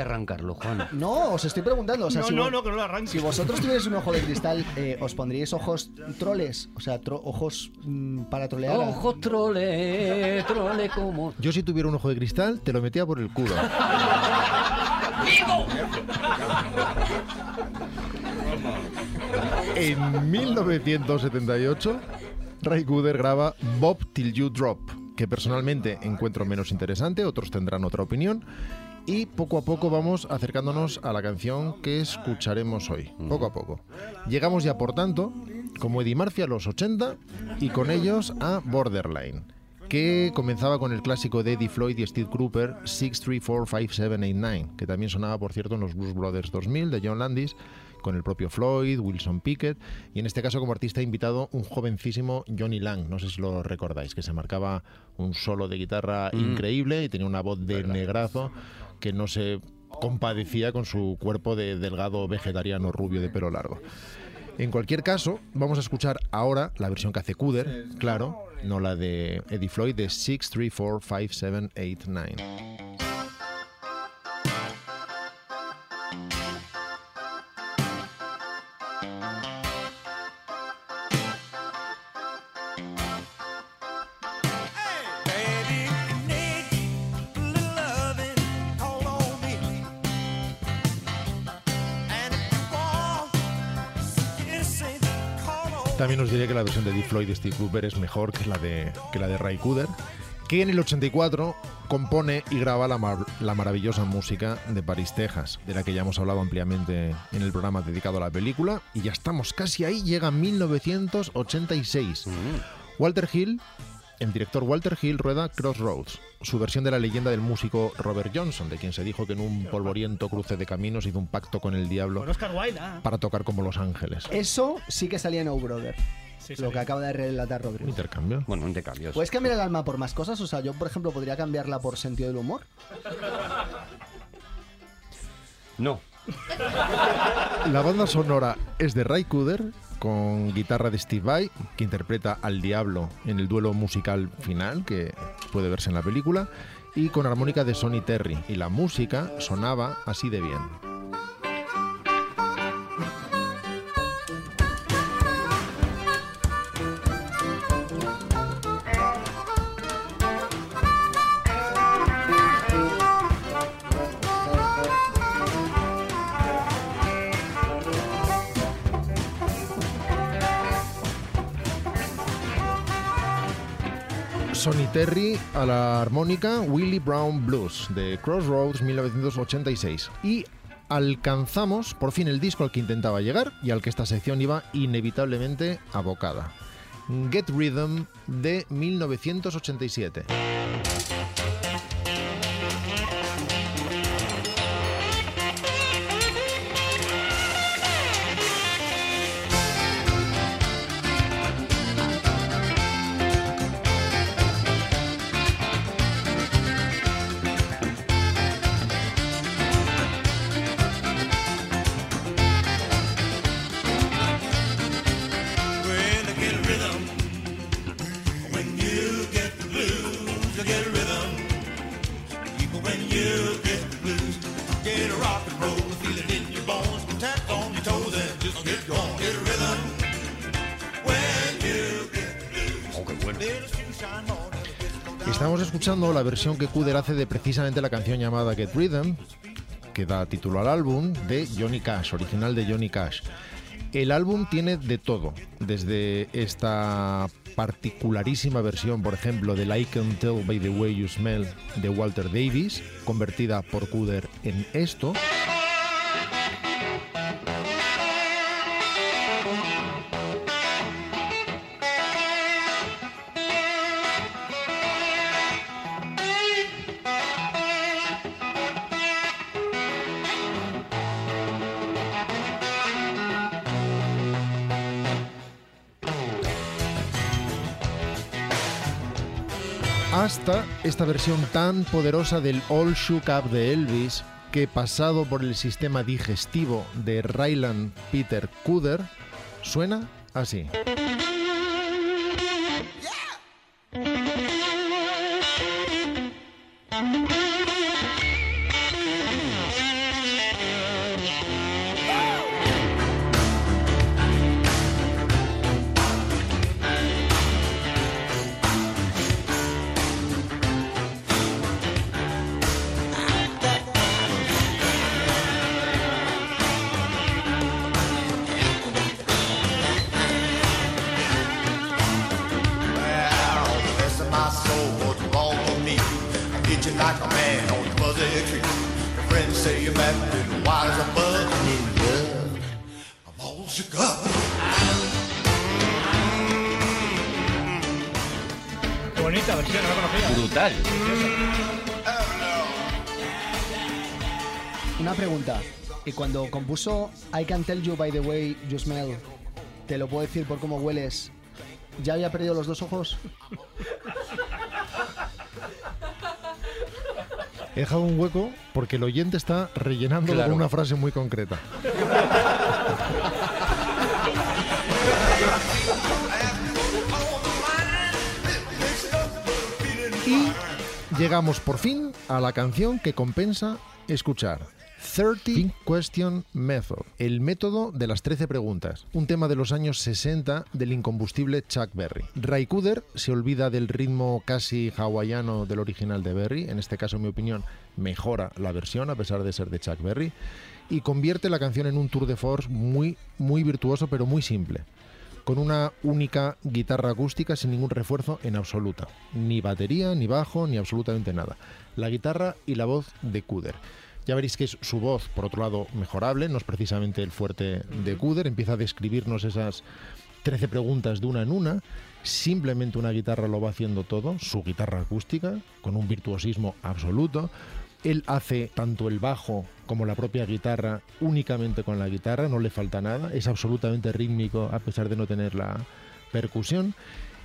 arrancarlo, Juan.
no, os estoy preguntando. O sea,
No,
si
no,
vos-
no, que no lo arranques.
Si vosotros tuvierais un ojo de cristal, eh, ¿os pondríais ojos troles? O sea, tro- ojos mm, para trolear. a-
Ojo, trole, trole como.
Yo, si tuviera un ojo de cristal, te lo metía por el culo.
¡Vivo!
En 1978, Ray Cooder graba Bob Till You Drop, que personalmente encuentro menos interesante, otros tendrán otra opinión. Y poco a poco vamos acercándonos a la canción que escucharemos hoy, poco a poco. Llegamos ya, por tanto, como Eddie Murphy a los 80 y con ellos a Borderline, que comenzaba con el clásico de Eddie Floyd y Steve Cooper, 6345789, que también sonaba, por cierto, en los Blues Brothers 2000 de John Landis, con el propio Floyd, Wilson Pickett, y en este caso como artista invitado un jovencísimo Johnny Lang, no sé si lo recordáis, que se marcaba un solo de guitarra increíble y tenía una voz de negrazo que no se compadecía con su cuerpo de delgado vegetariano rubio de pelo largo. En cualquier caso, vamos a escuchar ahora la versión que hace Cuder, claro, no la de Eddie Floyd de 6345789.
Baby, you need a little loving, call on me. And if you want some kissing, call on me.
También os diré que la versión de Deep Floyd de Steve Cooper es mejor que la de, que la de Ray Cooder, que en el 84 compone y graba la, mar- la maravillosa música de París, Texas, de la que ya hemos hablado ampliamente en el programa dedicado a la película, y ya estamos casi ahí, llega 1986. Walter Hill, el director Walter Hill rueda Crossroads, su versión de la leyenda del músico Robert Johnson, de quien se dijo que en un polvoriento cruce de caminos hizo un pacto con el diablo
Con Oscar Wilde, ah.
para tocar como Los Ángeles.
Eso sí que salía en Oh Brother.
Sí,
lo
salía.
que acaba de relatar
Un
Rodrigo.
intercambio.
Bueno, un de cambios.
¿Puedes cambiar el alma por más cosas? O sea, yo, por ejemplo, podría cambiarla por sentido del humor.
No.
La banda sonora es de Ray Cooder con guitarra de Steve Vai, que interpreta al diablo en el duelo musical final, que puede verse en la película, y con armónica de Sonny Terry. Y la música sonaba así de bien. Sonny Terry a la armónica Willie Brown Blues de Crossroads 1986 y alcanzamos por fin el disco al que intentaba llegar y al que esta sección iba inevitablemente abocada. Get Rhythm de 1987.
When I get a rhythm, when you get the blues, I get a rhythm. People, when you get the blues, get a rock and roll, feel it in your bones, tap on your toes and just get going. Get a rhythm. When you get the blues, little shoeshine morning.
Estamos escuchando la versión que Cooder hace de precisamente la canción llamada Get Rhythm, que da título al álbum, de Johnny Cash, original de Johnny Cash. El álbum tiene de todo, desde esta particularísima versión, por ejemplo, del I Can Tell by the Way You Smell de Walter Davis, convertida por Cooder en esto. hasta esta versión tan poderosa del All Shook Up de Elvis, que pasado por el sistema digestivo de Ryland Peter Cooder, suena así.
Well, the rest of my soul was wrong with me. I'm itching like a man on a buzzing tree. My friends say you're mad, and wide as a bug. I'm in love. I'm all shook up.
Qué bonita versión, no la conocía.
Brutal.
Una pregunta. Y cuando compuso I Can Tell You By The Way You Smell, te lo puedo decir por cómo hueles, ¿ya había perdido los dos ojos?
He dejado un hueco porque el oyente está rellenando
Claro.
con una frase muy concreta. Y llegamos por fin a la canción que compensa escuchar. 30 Question Method, el método de las 13 preguntas, un tema de los años 60 del incombustible Chuck Berry. Ray Cooder se olvida del ritmo casi hawaiano del original de Berry, en este caso en mi opinión mejora la versión a pesar de ser de Chuck Berry, y convierte la canción en un tour de force muy, muy virtuoso pero muy simple con una única guitarra acústica sin ningún refuerzo en absoluta. Ni batería, ni bajo, ni absolutamente nada. La guitarra y la voz de Kuder. Ya veréis que es su voz, por otro lado, mejorable, no es precisamente el fuerte de Kuder. Empieza a describirnos esas 13 preguntas de una en una. Simplemente una guitarra lo va haciendo todo, su guitarra acústica, con un virtuosismo absoluto. Él hace tanto el bajo como la propia guitarra únicamente con la guitarra, no le falta nada, es absolutamente rítmico a pesar de no tener la percusión.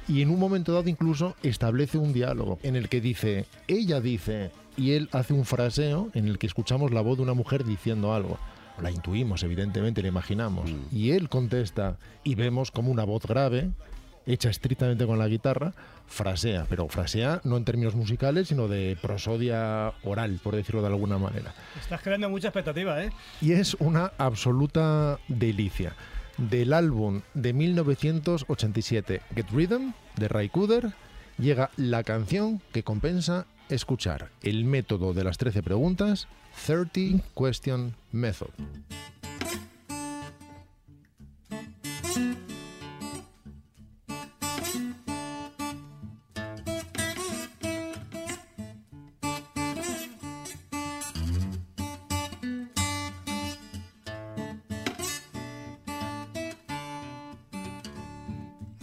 Y en un momento dado incluso establece un diálogo en el que dice, ella dice, y él hace un fraseo en el que escuchamos la voz de una mujer diciendo algo. la intuimos, evidentemente, la imaginamos. Y él contesta y vemos como una voz grave, hecha estrictamente con la guitarra, frasea, pero frasea no en términos musicales, sino de prosodia oral, por decirlo de alguna manera.
Estás creando mucha expectativa, ¿eh?
Y es una absoluta delicia. Del álbum de 1987, Get Rhythm, de Ray Cooder, llega la canción que compensa escuchar el método de las 13 preguntas, 30 Question Method.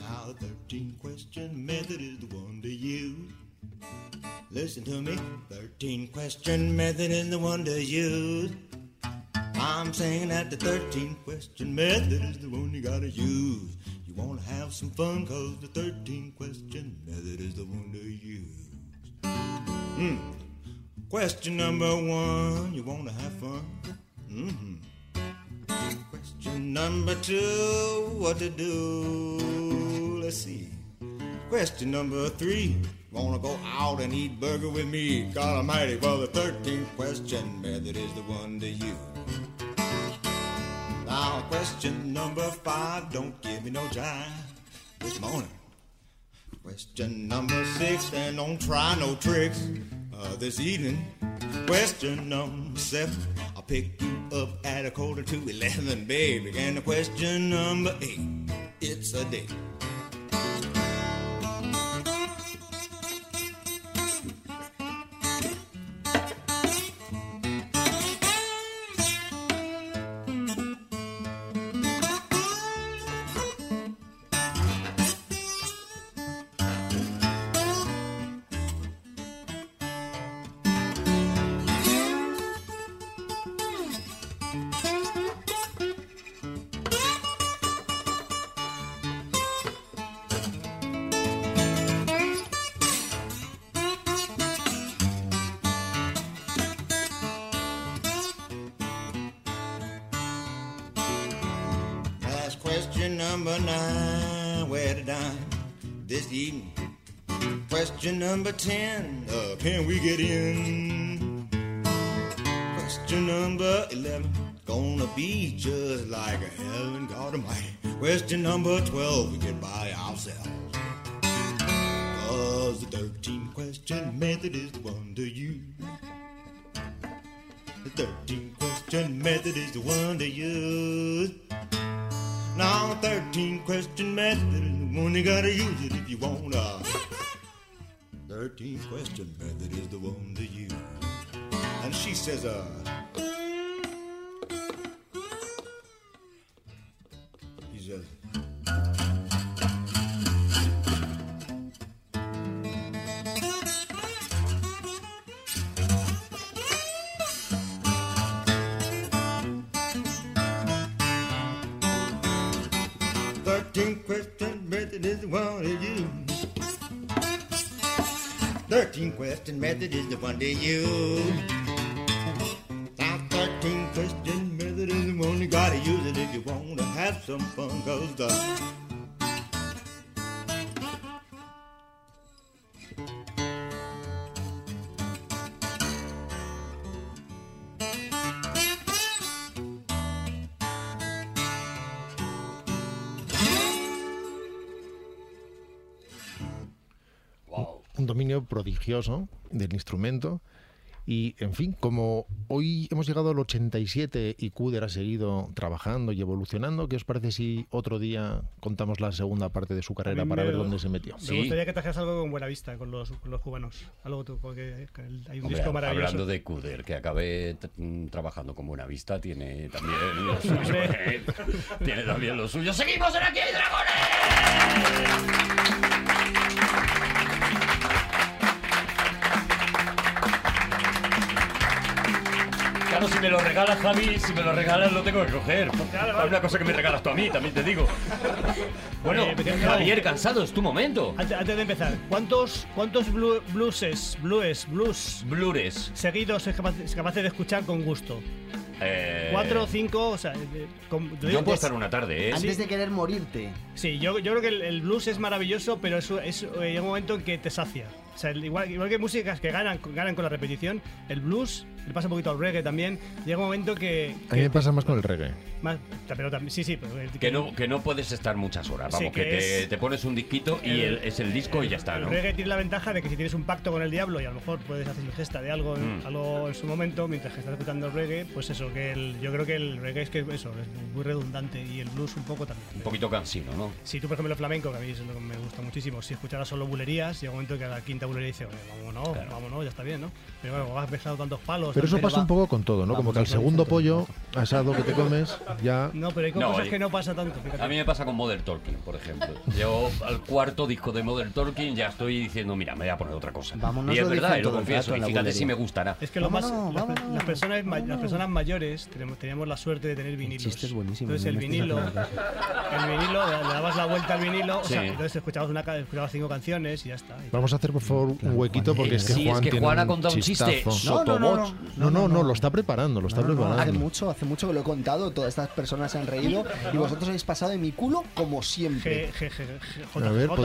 Our 13 question method is the one to use. Listen to me. 13 question method is the one to use. I'm saying that the 13 question method is the one you gotta use. You wanna have some fun, cause the 13 question method is the one to use. Mm. Question number one, you wanna have fun? hmm Question number two, what to do? Let's see. Question number three, wanna go out and eat burger with me? God Almighty, well the 13th question method is the one to use. Now question number five, don't give me no jive this morning. Question number six, and don't try no tricks uh, this evening. Question number seven, I'll pick you up at a quarter to eleven, baby. And the question number eight, it's a date. That's question number nine. Where to dine this evening? Question number ten. Uh, can we get in? Question number eleven. Gonna be just like a heaven, God Almighty. Question number twelve. We get by ourselves. Cause the thirteen question method is the one to use. The thirteen question method is the one to use. Now, 13 question method is the one you gotta use it if you wanna. 13 question method is the one to use. And she says, uh. He says, Thirteen question method is the one to use. Thirteen question method is the one to use. Now thirteen question method is the one you gotta use it if you wanna have some fun. Cause the
un dominio prodigioso del instrumento. Y, en fin, como hoy hemos llegado al 87 y Cuder ha seguido trabajando y evolucionando, ¿qué os parece si otro día contamos la segunda parte de su carrera
mí
para
me-
ver dónde se metió?
Me gustaría que trajeras algo con buena vista con los, con los cubanos. Algo tú, porque hay un
Hombre,
disco
hab-
maravilloso.
hablando de Cuder, que acabé t- mm, trabajando con buena vista, tiene también lo suyo.
Hombre.
¿eh? tiene también lo suyo.
¡Seguimos en Aquí hay Dragones!
Claro, si me lo regalas, Javi, si me lo regalas, lo tengo que coger. Hay una cosa que me regalas tú a mí, también te digo. Bueno,
Eh, pero-
Javier, cansado, es tu momento.
Antes, antes de empezar, ¿cuántos, cuántos blu- blueses, blues, blues
Blures.
seguidos es capaz, es capaz de escuchar con gusto?
Eh,
Cuatro o cinco, o sea, eh, con- lo digo
Yo puedo
por-
estar una tarde, ¿eh?
Antes
Sí.
de querer morirte.
Sí, yo, yo creo que el, el blues es maravilloso, pero es, es eh, un momento en que te sacia. O sea, el- igual, igual que músicas que ganan, ganan con la repetición, el blues, le pasa un poquito al reggae también, llega un momento que...
A mí me pasa más con el reggae.
más- pero también, sí, sí, pero... el-
Que no, que no puedes estar muchas horas,
Sí,
vamos, que,
que
te,
es-
te pones un disquito y
el-
el- es el disco y Pues ya está,
El
¿no?
reggae tiene la ventaja de que si tienes un pacto con el diablo y a lo mejor puedes hacer gesta de algo, en-
Mm.
algo en su momento mientras que estás escuchando el reggae, pues eso, que el- yo creo que el reggae es que eso, es muy redundante y el blues un poco también.
Un poquito cansino, ¿no?
Si tú, por ejemplo, el flamenco, que a mí es lo que me gusta muchísimo, si escucharas solo bulerías, llega un momento que a la quinta bulería dice, "Oye, vámonos, vámonos, ya está bien, ¿no? Pero bueno, has pesado tantos palos.
Pero eso
tanto-
pasa un poco con todo, ¿no? Como que al segundo pollo asado que te comes, ya.
No, pero hay
No,
cosas
oye.
que no pasa tanto. fíjate.
A mí me pasa con Modern Talking, por ejemplo. Yo al cuarto disco de Modern Talking ya estoy diciendo, mira, me voy a poner otra cosa.
Vámonos,
y es
lo dicen
verdad, y lo
todo el rato
confieso.
en
Y
la
fíjate
bulería.
si me gustará.
Es que lo más,
Vámonos,
las,
vámonos,
las personas, ma- las personas mayores tenemos, teníamos la suerte de tener vinilos.
chiste es buenísimo,
Entonces el
no me estoy
vinilo, el
acordando.
vinilo, le le dabas la vuelta al vinilo, o sea,
Sí.
entonces escuchabas, una, ca- escuchabas cinco canciones y ya está. Y-
Vamos a hacer, por favor, un huequito porque es que
Sí,
Juan
es que
tiene
Juan ha
un
contado un chiste. No,
chistazo.
no, no, no.
No, no, no, lo está preparando, lo está
No, no, no, Ah, hace
preparando.
mucho, hace mucho que lo he contado, todas estas personas se han reído y vosotros habéis pasado de mi culo como siempre.
G- G- G- G- J-
A ver,
J-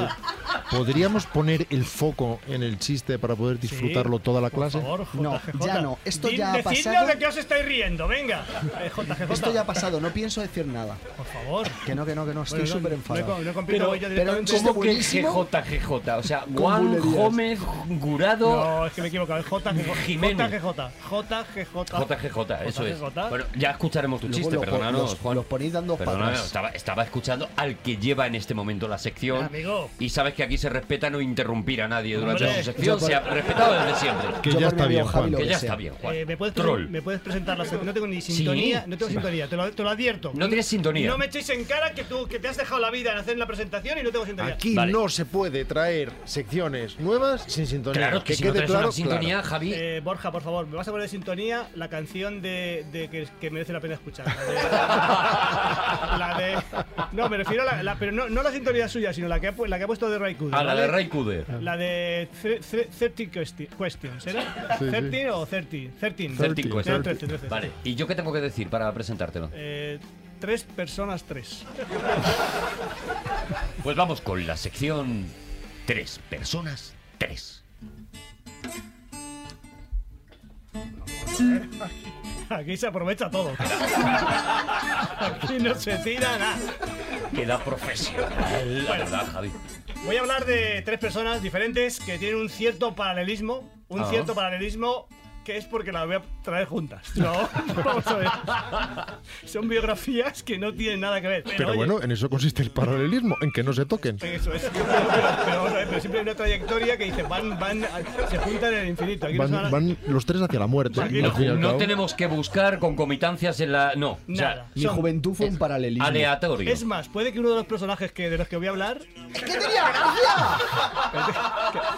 pod- ¿podríamos poner el foco en el chiste para poder
Sí,
disfrutarlo toda la
por
clase?
favor,
No,
JGJ.
ya no, esto
Di-
ya ha
decidnos
pasado.
de qué os estáis riendo, venga. Eh, JGJ,
Esto ya ha pasado, no pienso decir nada.
por favor.
Que no, que no, que no, estoy
Bueno, no-
súper
No,
enfadado.
he- no he comprendido yo
pero un
directamente.
chiste
¿Cómo que
buenísimo.
GJGJ? O sea, Juan
bulerías.
Gómez Gurado.
No, es que me he equivocado. es JGJ.
Jiménez.
JGJ. JGJ.
JGJ, eso es.
JGJ.
Bueno, ya escucharemos tu
Luego
chiste,
lo pon-
perdónanos,
los-
Juan.
los ponéis dando
Perdónanos,
patas.
estaba, estaba escuchando al que lleva en este momento la sección.
Amigo.
Y sabes que aquí se respeta no interrumpir a nadie durante
Hombre.
su sección.
Yo por-
Se ha respetado desde siempre.
Que
Yo por
ya
mi
está
amigo
bien,
Javi
Juan.
lo
Que ya
sé.
está bien, Juan.
Eh, ¿me, puedes
Troll.
¿Me puedes presentar la sección? No tengo ni
Sí.
sintonía. No tengo sintonía, te lo, te lo advierto.
No tienes sintonía.
No me echéis en cara que tú que te has dejado la vida en hacer la presentación y no tengo sintonía.
Aquí
Vale.
no se puede traer secciones nuevas sin sintonía.
Claro, que, si no traes una sintonía, Javi.
Eh, Borja, por favor, me vas a poner de sintonía la canción de, de que, que merece la pena escuchar. La de, la de- no, me refiero a la, la- pero no, no la sintonía suya, sino la que ha, pu- la que ha puesto de Ray Kuder,
a Ah, la
¿vale?
de Ray Kuder.
La de thre- thre- 13 questi- Questions, ¿era?
Sí, sí.
13 o 30? 13.
13 questions.
13, 13.
Vale, ¿y yo qué tengo que decir para presentártelo?
Eh, tres personas, tres.
Pues vamos con la sección Tres personas, tres.
Aquí se aprovecha todo. Aquí no se tira nada.
Queda profesional, la verdad, Javi.
Voy a hablar de tres personas diferentes que tienen un cierto paralelismo. Un
Ah.
cierto paralelismo que es porque las voy a traer juntas. No, vamos a ver. Son biografías que no tienen nada que ver. Pero,
Pero
oye,
bueno, en eso consiste el paralelismo, en que no se toquen.
Eso es. Pero, pero vamos a ver, pero siempre hay una trayectoria que dice van, van, se juntan en el infinito. Aquí no se
Van, van los tres hacia la muerte.
Aquí
al fin y al
No
cabo.
tenemos que buscar concomitancias en la. No, o sea,
Nada.
Mi
Son-
juventud fue un paralelismo.
aleatorio.
Es más, puede que uno de los personajes que, de los que voy a hablar.
¡Que tenía gracia!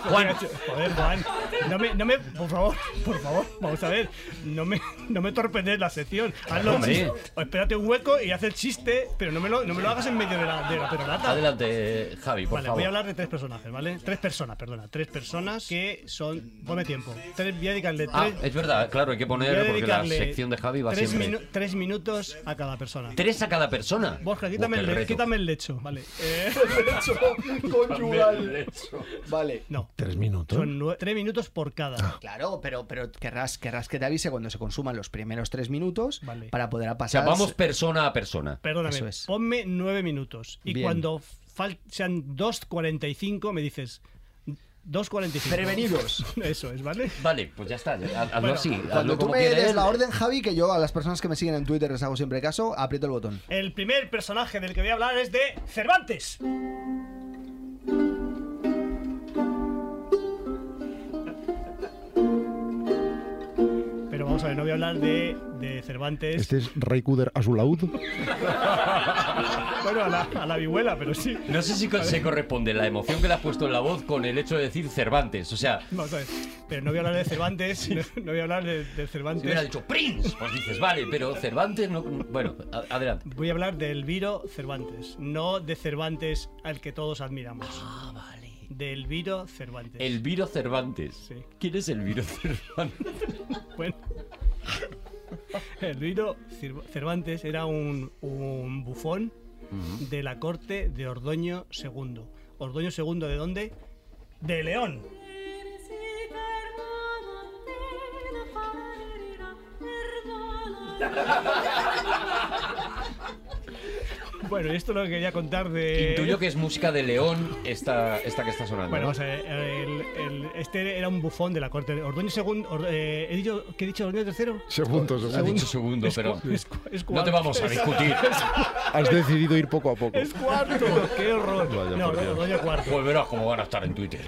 Juan. Joder, Juan. No me, no me. Por favor, por favor, vamos a ver. No me, no me torpedes la sección. Hazlo
Hombre.
chis- o Espérate un hueco y haz el chiste, pero no me lo, no me lo hagas en medio de la, de la perorata.
Adelante, Javi, por
Vale,
favor.
voy a hablar de tres personajes, ¿vale? Tres personas, perdona. Tres personas que son. Ponme tiempo. Tres, voy a dedicarle
Ah,
tres.
es verdad, claro, hay que
voy a
poner porque la
dedicarle
sección de Javi va
tres
siempre.
minu- tres minutos a cada persona.
Tres a cada persona.
Borja,
Buah,
quítame,
qué
el, le-
reto.
quítame el lecho, vale. Eh,
Conyugal. Vale. Ah,
no,
Tres minutos.
son nue- tres minutos por cada.
Claro, pero, pero querrás, querrás que te avise cuando se consuman los primeros tres minutos
Vale.
para poder
O sea,
pasar.
vamos persona a persona.
Perdóname,
Eso es.
ponme nueve minutos. Y
Bien.
cuando fal- sean 2.45 me dices 2.45.
Prevenidos.
Eso es, ¿vale?
Vale, pues ya está. ya, Hazlo
Bueno,
así.
Cuando
hazlo
tú
como
me
quieras.
des la orden, Javi, que yo a las personas que me siguen en Twitter les hago siempre caso, aprieto el botón.
El primer personaje del que voy a hablar es de Cervantes. Pero vamos a ver, no voy a hablar de, de Cervantes.
Este es Ray Kuder a su laúd.
Bueno, a la, a la vihuela, pero sí.
No sé si co- se corresponde la emoción que le has puesto en la voz con el hecho de decir Cervantes. O sea,
Vamos a ver. Pero no voy a hablar de Cervantes. No, no voy a hablar de, de
si hubiera
Cervantes.
dicho Prince, pues dices, vale, pero Cervantes no. Bueno, a- adelante.
Voy a hablar de Elviro Cervantes. No de Cervantes al que todos admiramos.
Ah, vale.
De Elviro Cervantes.
Elviro Cervantes.
Sí.
¿Quién es Elviro Cervantes?
Bueno. Luino Cir- Cervantes era un, un bufón
Ujú.
de la corte de Ordoño II. ¿Ordoño II de dónde? De León. Bueno, y esto lo quería contar de...
Intuyo que es música de León esta, esta que está sonando.
Eh, Bueno,
¿no?
o sea, el- el- este era un bufón de la corte. de Ordoño II. Or- eh, ¿he dicho, ¿Qué he dicho? ¿Ordoño III?
Segundo, segundo.
Ha dicho segundo,
Es cu-
pero
es cu- es
no te
cuarto.
vamos a discutir.
Has decidido ir poco a poco.
Es cuarto. Qué horror.
Vaya,
no,
por
no,
Dios.
Ordoño cuarto. Eh,
Pues verás cómo van a estar en Twitter.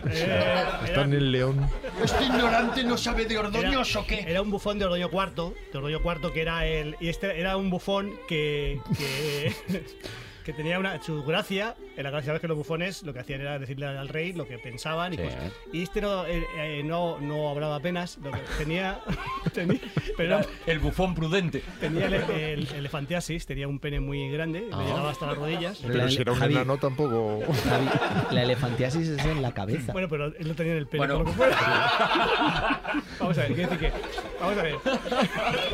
Está en el león.
Este ignorante no sabe de ordoños o qué.
Era un bufón de Ordoño IV, de Ordoño IV que era el y este era un bufón que que, que tenía una su gracia, en la gracia es que los bufones lo que hacían era decirle al rey lo que pensaban y
Sí,
cosas.
¿eh?
Y este no, eh, eh, no, no hablaba apenas, lo que tenía, tenía- pero
Era el bufón prudente.
tenía el, el- elefantiasis, tenía un pene muy grande,
Ah.
le llegaba hasta las rodillas.
Pero si era un
Javi.
enano tampoco.
Javi, la elefantiasis es en la cabeza.
Bueno, pero él lo tenía en el pene,
Bueno.
por lo que fuera. vamos a ver, quiero decir que vamos a ver.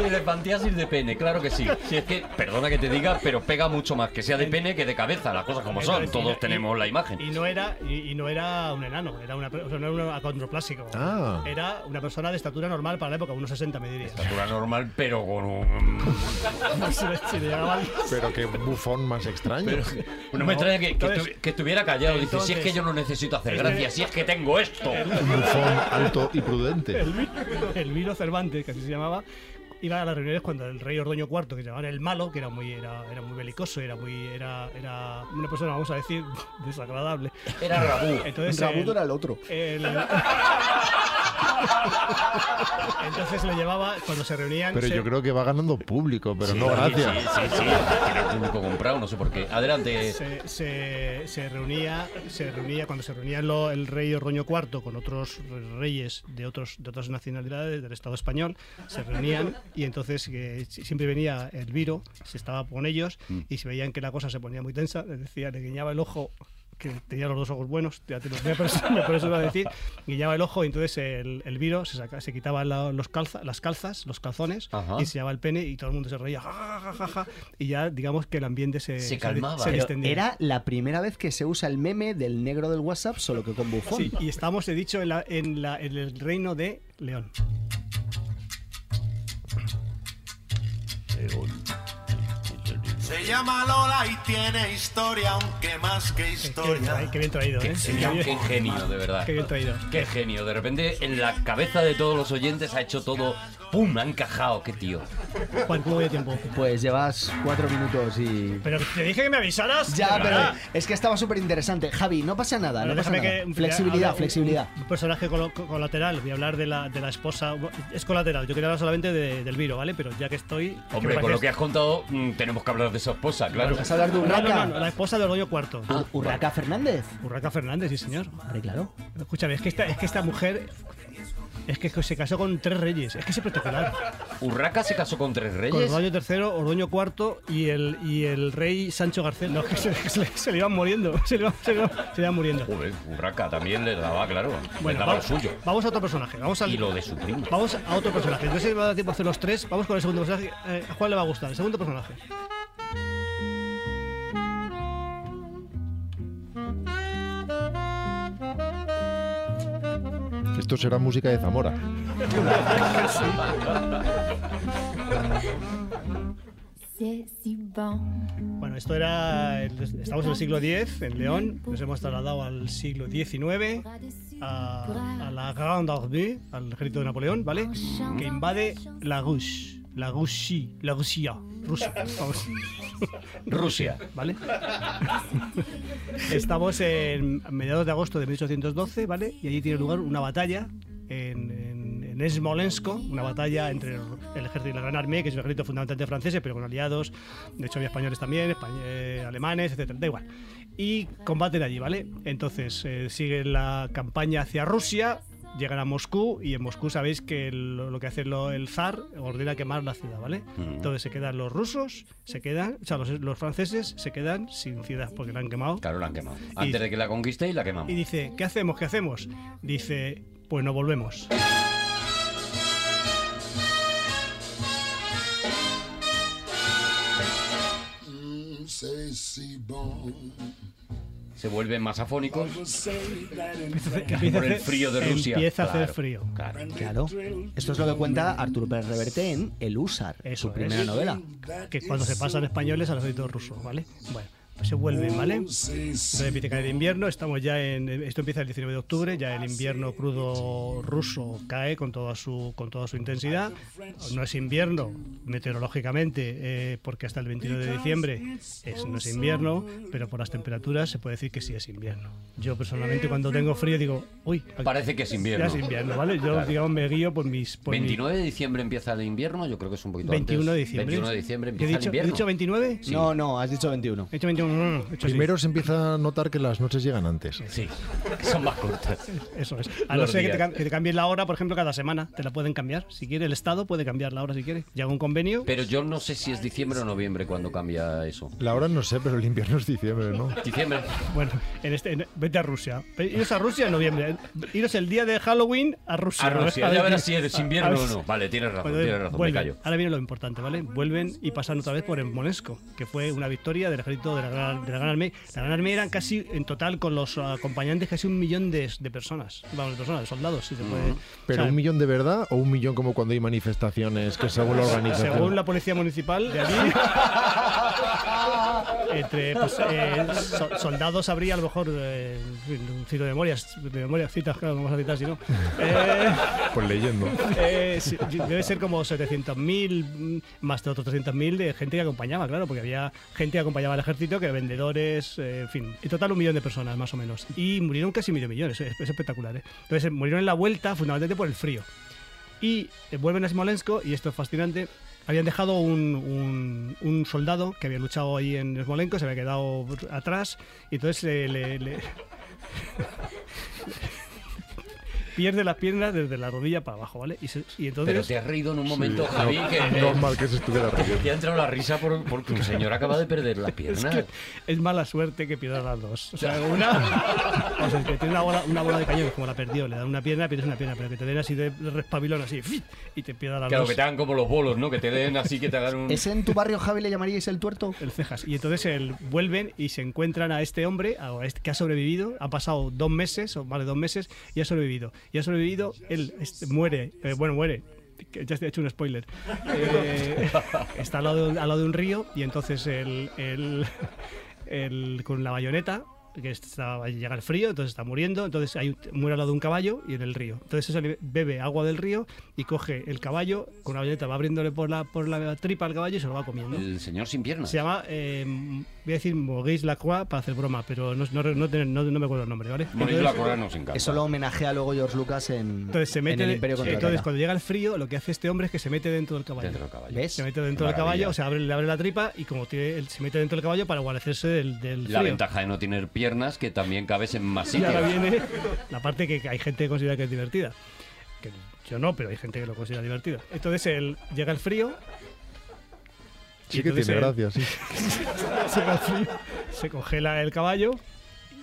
Elefantiasis de pene, claro que sí. Si es que, perdona que te diga, pero pega mucho más que sea de pene que de cabeza, las cosas como son.
Entonces, y
Todos
no-
tenemos
y-
la imagen.
Y no era, y, y no era un enano, era una, per- o sea, no era un acondroplásico.
Ah.
Era una persona de estatura normal para la época, unos 60 me diría.
Estatura normal, pero con un...
Si le- si le llegaba al-
Pero qué bufón más extraño.
No, me extraña que, que
entonces-
estu- que estuviera callado. Dice, si es que
entonces-
yo no necesito hacer gracia, si es que tengo esto.
Un bufón alto y prudente.
el, Milo- el Milo Cervantes, que así se llamaba, iba a las reuniones cuando el rey Ordoño IV, que llamaban el malo, que era muy, era, era muy belicoso, era muy, era, era una persona, vamos a decir, desagradable.
Era Rabú.
Entonces,
Rabuto
el-
era el otro.
el- Entonces lo llevaba cuando se reunían.
Pero
se-
yo creo que va ganando público, pero no
Sí,
gracias.
sí, sí. Era público comprado, no sé por qué. Adelante.
se, se- se reunía se reunía cuando se reunía lo- el rey Ordoño IV con otros reyes de otros de otras nacionalidades del Estado español se reunían y entonces eh, si- siempre venía el viro se estaba con ellos y si veían que la cosa se ponía muy tensa les decía le guiñaba el ojo que tenía los dos ojos buenos, ya te lo voy a pers- me parece a decir, guiñaba el ojo y entonces el, el viro se, saca- se quitaba la- los calza, las calzas, los calzones
Ajá.
y enseñaba el pene y todo el mundo se reía, ja, ja, ja, ja, ja, y ya digamos que el ambiente Eh, se,
Se calmaba.
se
Pero
distendía.
Era la primera vez que se usa el meme del negro del WhatsApp, solo que con bufón.
Sí, y estamos, he dicho, en, la- en la- en el reino de León. Eh,
Se llama Lola y tiene historia, aunque más que
Eh, Qué bien, tra- qué bien traído, ¿eh?
Qué genio, qué genio, de verdad.
Qué bien traído.
Qué genio. De repente, en la cabeza de todos los oyentes ha hecho todo. ¡Pum! Ha encajado. ¡Qué tío!
Juan, ¿cómo voy de tiempo?
Pues llevas cuatro minutos y.
Pero te dije que me avisaras.
Ya,
de
pero
verdad.
es que estaba súper interesante. Javi, no pasa nada,
Bueno,
no pasa
déjame
nada.
que-
flexibilidad,
habla un-
flexibilidad.
Un, personaje colo- co- colateral. Voy a hablar de la, de la esposa. Es colateral. Yo quería hablar solamente de- del Viro, ¿vale? Pero ya que estoy. es que me
Hombre,
parece-
con lo que has contado, mm, tenemos que hablar de esa esposa, claro.
¿Vas a hablar de
No, no,
Urraca? Ah,
no, no, la esposa de Orgullo Cuarto.
¿Urraca Fernández?
Urraca Fernández, sí, señor.
Vale, claro.
Escúchame, es que esta, es que esta mujer. Es que se casó con tres reyes. Es que es espectacular.
Urraca se casó con tres
Con
reyes.
Ordoño III, Ordoño IV y el, y el rey Sancho Garcés. No, que se, que se le, se le iban muriendo. Se le, iban- se le iban- se le iban muriendo.
Joder, Urraca también le daba, claro. le
Bueno,
daba
vamos,
lo suyo.
vamos a otro personaje. Vamos al,
Y lo de su primo.
Vamos a otro personaje. No sé si me va a dar tiempo a hacer los tres. Vamos con el segundo personaje. Eh, ¿A cuál le va a gustar? El segundo personaje.
Esto será música de Zamora.
C'est si bon.
Bueno, esto era. el- estamos en el siglo X, en León. Nos hemos trasladado al siglo XIX, a, a la Grande Armée, al ejército de Napoleón, ¿vale? Que invade la Ruche. La Rusia. La Rusia. Rusia. Vamos.
Rusia.
¿vale? Estamos en a mediados de agosto de 1812, ¿vale? Y allí tiene lugar una batalla en, en, en Smolensk, una batalla entre el, el ejército y la Gran Armée, que es un ejército fundamentalmente francés, pero con aliados, de hecho había españoles también, españ- eh, alemanes, etcétera, da igual. Y combaten allí, ¿vale? Entonces eh, sigue la campaña hacia Rusia, llegan a Moscú y en Moscú sabéis que lo, lo que hace lo- el zar ordena quemar la ciudad, ¿vale? Entonces se quedan los rusos, se quedan, o sea, los, los franceses se quedan sin ciudad porque la han quemado.
Claro, la han quemado. Antes de que la conquistéis, la quemamos.
Y dice, ¿qué hacemos? ¿Qué hacemos? Dice, pues no volvemos.
se vuelven más afónicos
Empieza a
por el
hacer-
frío de Rusia.
Empieza a hacer
Claro,
frío.
Claro.
Claro. Esto es lo que cuenta Arturo Pérez Reverte en El Usar, su primera
es.
novela.
Que cuando se pasan españoles al acento ruso, ¿vale? Bueno, pues se vuelven, ¿vale? Repite cae de invierno, estamos ya en. Esto empieza el 19 de octubre, ya el invierno crudo ruso cae con toda su, con toda su intensidad. No es invierno meteorológicamente, eh, porque hasta el 29 de diciembre es- no es invierno, pero por las temperaturas se puede decir que sí es invierno. Yo personalmente cuando tengo frío digo, uy,
Parece que es invierno.
Ya es invierno, ¿vale? Yo,
Claro.
digamos, me guío por mis. Por mis-
29 de diciembre empieza el invierno, yo creo que es un poquito
21 de
antes.
diciembre.
21 de diciembre
¿Qué he
empieza
dicho?
el invierno.
¿He dicho 29?
Sí.
No, no, has dicho 21.
He dicho 21, no, no, no, he dicho así.
Primero se empieza a notar que las noches llegan antes.
Sí, son más cortas.
Eso es. A no
Los
ser que te,
días.
cam- que te cambien la hora, por ejemplo, cada semana. Te la pueden cambiar. Si quiere, el Estado puede cambiar la hora si quiere. Llega un convenio.
Pero yo no sé si es diciembre o noviembre cuando cambia eso.
La hora no sé, pero el invierno es diciembre, ¿no?
Diciembre.
Bueno, en este, en- vete a Rusia. Ve- Iros a Rusia en noviembre. Iros el día de Halloween a Rusia.
A Rusia,
ver-
ya
ver-
verás si es
a-
invierno
a ver
o
si-
no. Vale, tienes razón,
Bueno,
tienes razón, me
vuelven.
callo.
Ahora viene lo importante, ¿vale? Vuelven y pasan otra vez por el Monesco, que fue una victoria del ejército de la Gran, de la Gran Armée. La Gran Armée eran casi, en total, con los acompañantes, casi un millón de, de personas. Vamos, de personas, de soldados, si se puede.
¿Pero
O sea,
un millón de verdad o un millón como cuando hay manifestaciones que según la organización?
Según la policía municipal de allí, entre pues, eh, so- soldados habría a lo mejor, eh, un cito de memorias, de memorias citas, claro, vamos a citar si no. Eh,
Pues leyendo.
eh, sí, debe ser como 700.000 mm, más de otros 300.000 de gente que acompañaba, claro, porque había gente que acompañaba al ejército, que vendedores, eh, en fin. En total un millón de personas, más o menos. Y murieron casi medio millón, es, es espectacular. ¿eh? Entonces eh, murieron en la vuelta fundamentalmente por el frío. Y eh, vuelven a Smolensk y esto es fascinante. Habían dejado un, un- un soldado que había luchado ahí en Smolensk, se había quedado atrás y entonces eh, le- le, pierde las piernas desde la rodilla para abajo, ¿vale? Y, se- y entonces...
Pero te has reído en un momento,
Sí,
Javi,
no,
que...
normal
que se estuviera riendo.
Te ha entrado la risa por- porque el señor acaba de perder la
Es,
pierna.
que es mala suerte que pierdas las dos. O sea, una... O sea, que tiene una bola, una bola de cañón, como la perdió, le da una pierna, pierdes una pierna, pero que te den así de respabilón, así, ¡fit! y te pierdas las
Claro,
dos.
que te hagan como los bolos, ¿no? Que te den así, que te hagan un...
¿Ese en tu barrio, Javi, le llamaríais el tuerto?
El cejas. Y entonces el- vuelven y se encuentran a este hombre a este, que ha sobrevivido. Ha pasado dos meses o más de dos meses y ha sobrevivido. Y ha sobrevivido, él este, muere. eh, bueno, muere. que Ya te he hecho un spoiler. Eh, está al lado, de, un- al lado de un río y entonces el, el- el- con la bayoneta que está, llega el frío, entonces está muriendo, entonces hay, un- muere al lado de un caballo y en el río. Entonces eso le- bebe agua del río y coge el caballo con la bayoneta, va abriéndole por la, por la tripa al caballo y se lo va comiendo.
El señor sin piernas.
Se llama, eh, voy a decir Maurice Lacroix para hacer broma, pero no, no, no, te- no- no me acuerdo el nombre, ¿vale?
Maurice
Entonces-
Lacroix nos encanta.
Eso lo homenajea luego George Lucas en,
Entonces se mete.
en el Imperio Contraataca.
entonces cuando llega el frío, lo que hace este hombre es que se mete dentro del caballo.
Dentro del caballo.
Se mete dentro
Maravilla.
del caballo, o sea, abre, le abre la tripa y como tiene, él se mete dentro del caballo para guarecerse del, del
La
frío.
ventaja de no tener piernas, que también cabes en más
Y
sitios.
ahora viene la parte que hay gente que considera que es divertida. Que yo no, pero hay gente que lo considera divertida. Entonces él llega el frío.
Sí eh,
y
que
entonces
tiene
él-
gracia, sí.
Llega el frío, se congela el caballo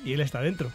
y él está dentro.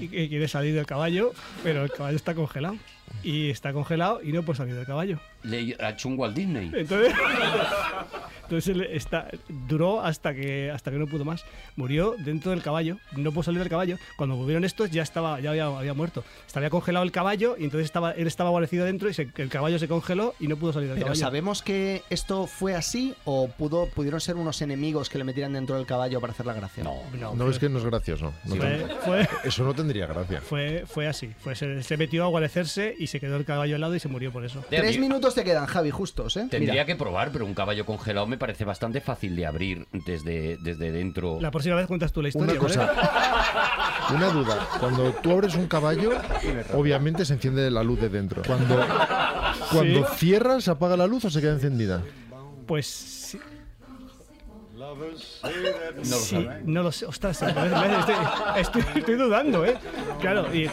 Y que quiere salir del caballo, pero el caballo está congelado. Y está congelado y no puede salir del caballo.
Le ha hecho un Walt Disney.
Entonces, entonces él está, duró hasta que, hasta que no pudo más. Murió dentro del caballo, no pudo salir del caballo. Cuando volvieron estos ya estaba, ya había, había muerto. Se había congelado el caballo y entonces estaba, él estaba guarecido dentro y se- el caballo se congeló y no pudo salir del
Pero
caballo.
¿sabemos que esto fue así o pudo, pudieron ser unos enemigos que le metieran dentro del caballo para hacer la gracia?
No,
No, es que no es gracioso. No
Sí,
ten-
fue-
Eso no tendría gracia.
Fue, fue así, fue, se, se metió a guarecerse y se quedó el caballo al lado y se murió por eso.
Tres Tendría-
minutos te quedan, Javi, justos, ¿eh?
Tendría
Mira.
que probar, pero un caballo congelado me parece bastante fácil de abrir desde, desde dentro.
La próxima vez cuentas tú la historia.
Una cosa. Una duda. Cuando tú abres un caballo, obviamente se enciende la luz de dentro. Cuando, cuando
Sí.
cierras, ¿se apaga la luz o se queda encendida?
¿vale? Pues sí,
No lo
sí,
sabe.
no lo sé. Ostras, me parece- me parece- estoy, estoy- estoy dudando, ¿eh? Claro, y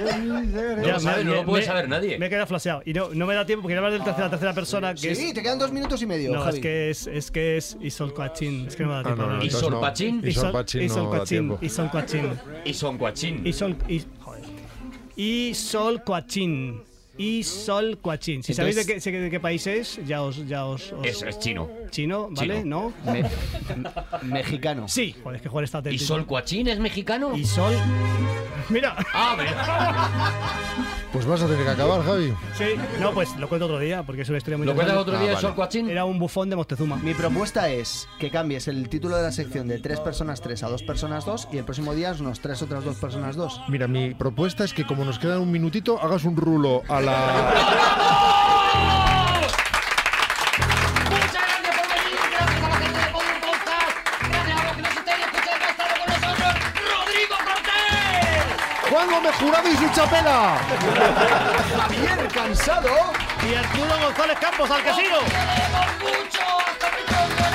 No
Ya,
lo sabe,
me-
no lo
me-
puede
me-
saber nadie.
Me he quedado flaseado. Y no, no me da tiempo porque hablar de la tercera, la tercera persona. Que
Sí,
es,
te quedan dos minutos y medio,
No,
Javi.
es que es, es que es Isol Coachín. Es que no me da tiempo.
Ah, no, no, entonces Isol no. Pachín. Isol
Isol
Pachín no
Isol
da
Coachín,
tiempo.
Isol Coachín.
Y son guachín.
Isol- Is- joder. Isol Coachín. y Sol Quachin. Si
Entonces-
sabéis de qué, de qué país es, ya os... Ya os, os-
Es, es chino.
Chino, ¿vale?
Chino.
¿No?
Me-
mexicano.
Sí, joder, es que Juan
¿Y
está auténtico.
Sol Cuachín es mexicano?
Y Sol... Mira.
Ah, mira.
Pues vas a tener que acabar, Javi.
Sí, no, pues lo cuento otro día, porque es una historia muy
Lo cuentas
interesante.
otro día, Ah, vale. Sol Coachín.
Era un bufón de Moctezuma.
Mi propuesta es que cambies el título de la sección de tres personas tres a dos personas dos y el próximo día es unos tres otras dos personas dos.
Mira, mi propuesta es que como nos queda un minutito, hagas un rulo a la...
Muchas gracias por venir, gracias a la gente de Podium Podcast, gracias a los que nos estáis escuchando, ha estado con nosotros Rodrigo Cortés,
¡Juan Gómez Jurado y su chapela!
Javier Cansado
y Arturo González Campos al casino.
mucho, hasta pronto.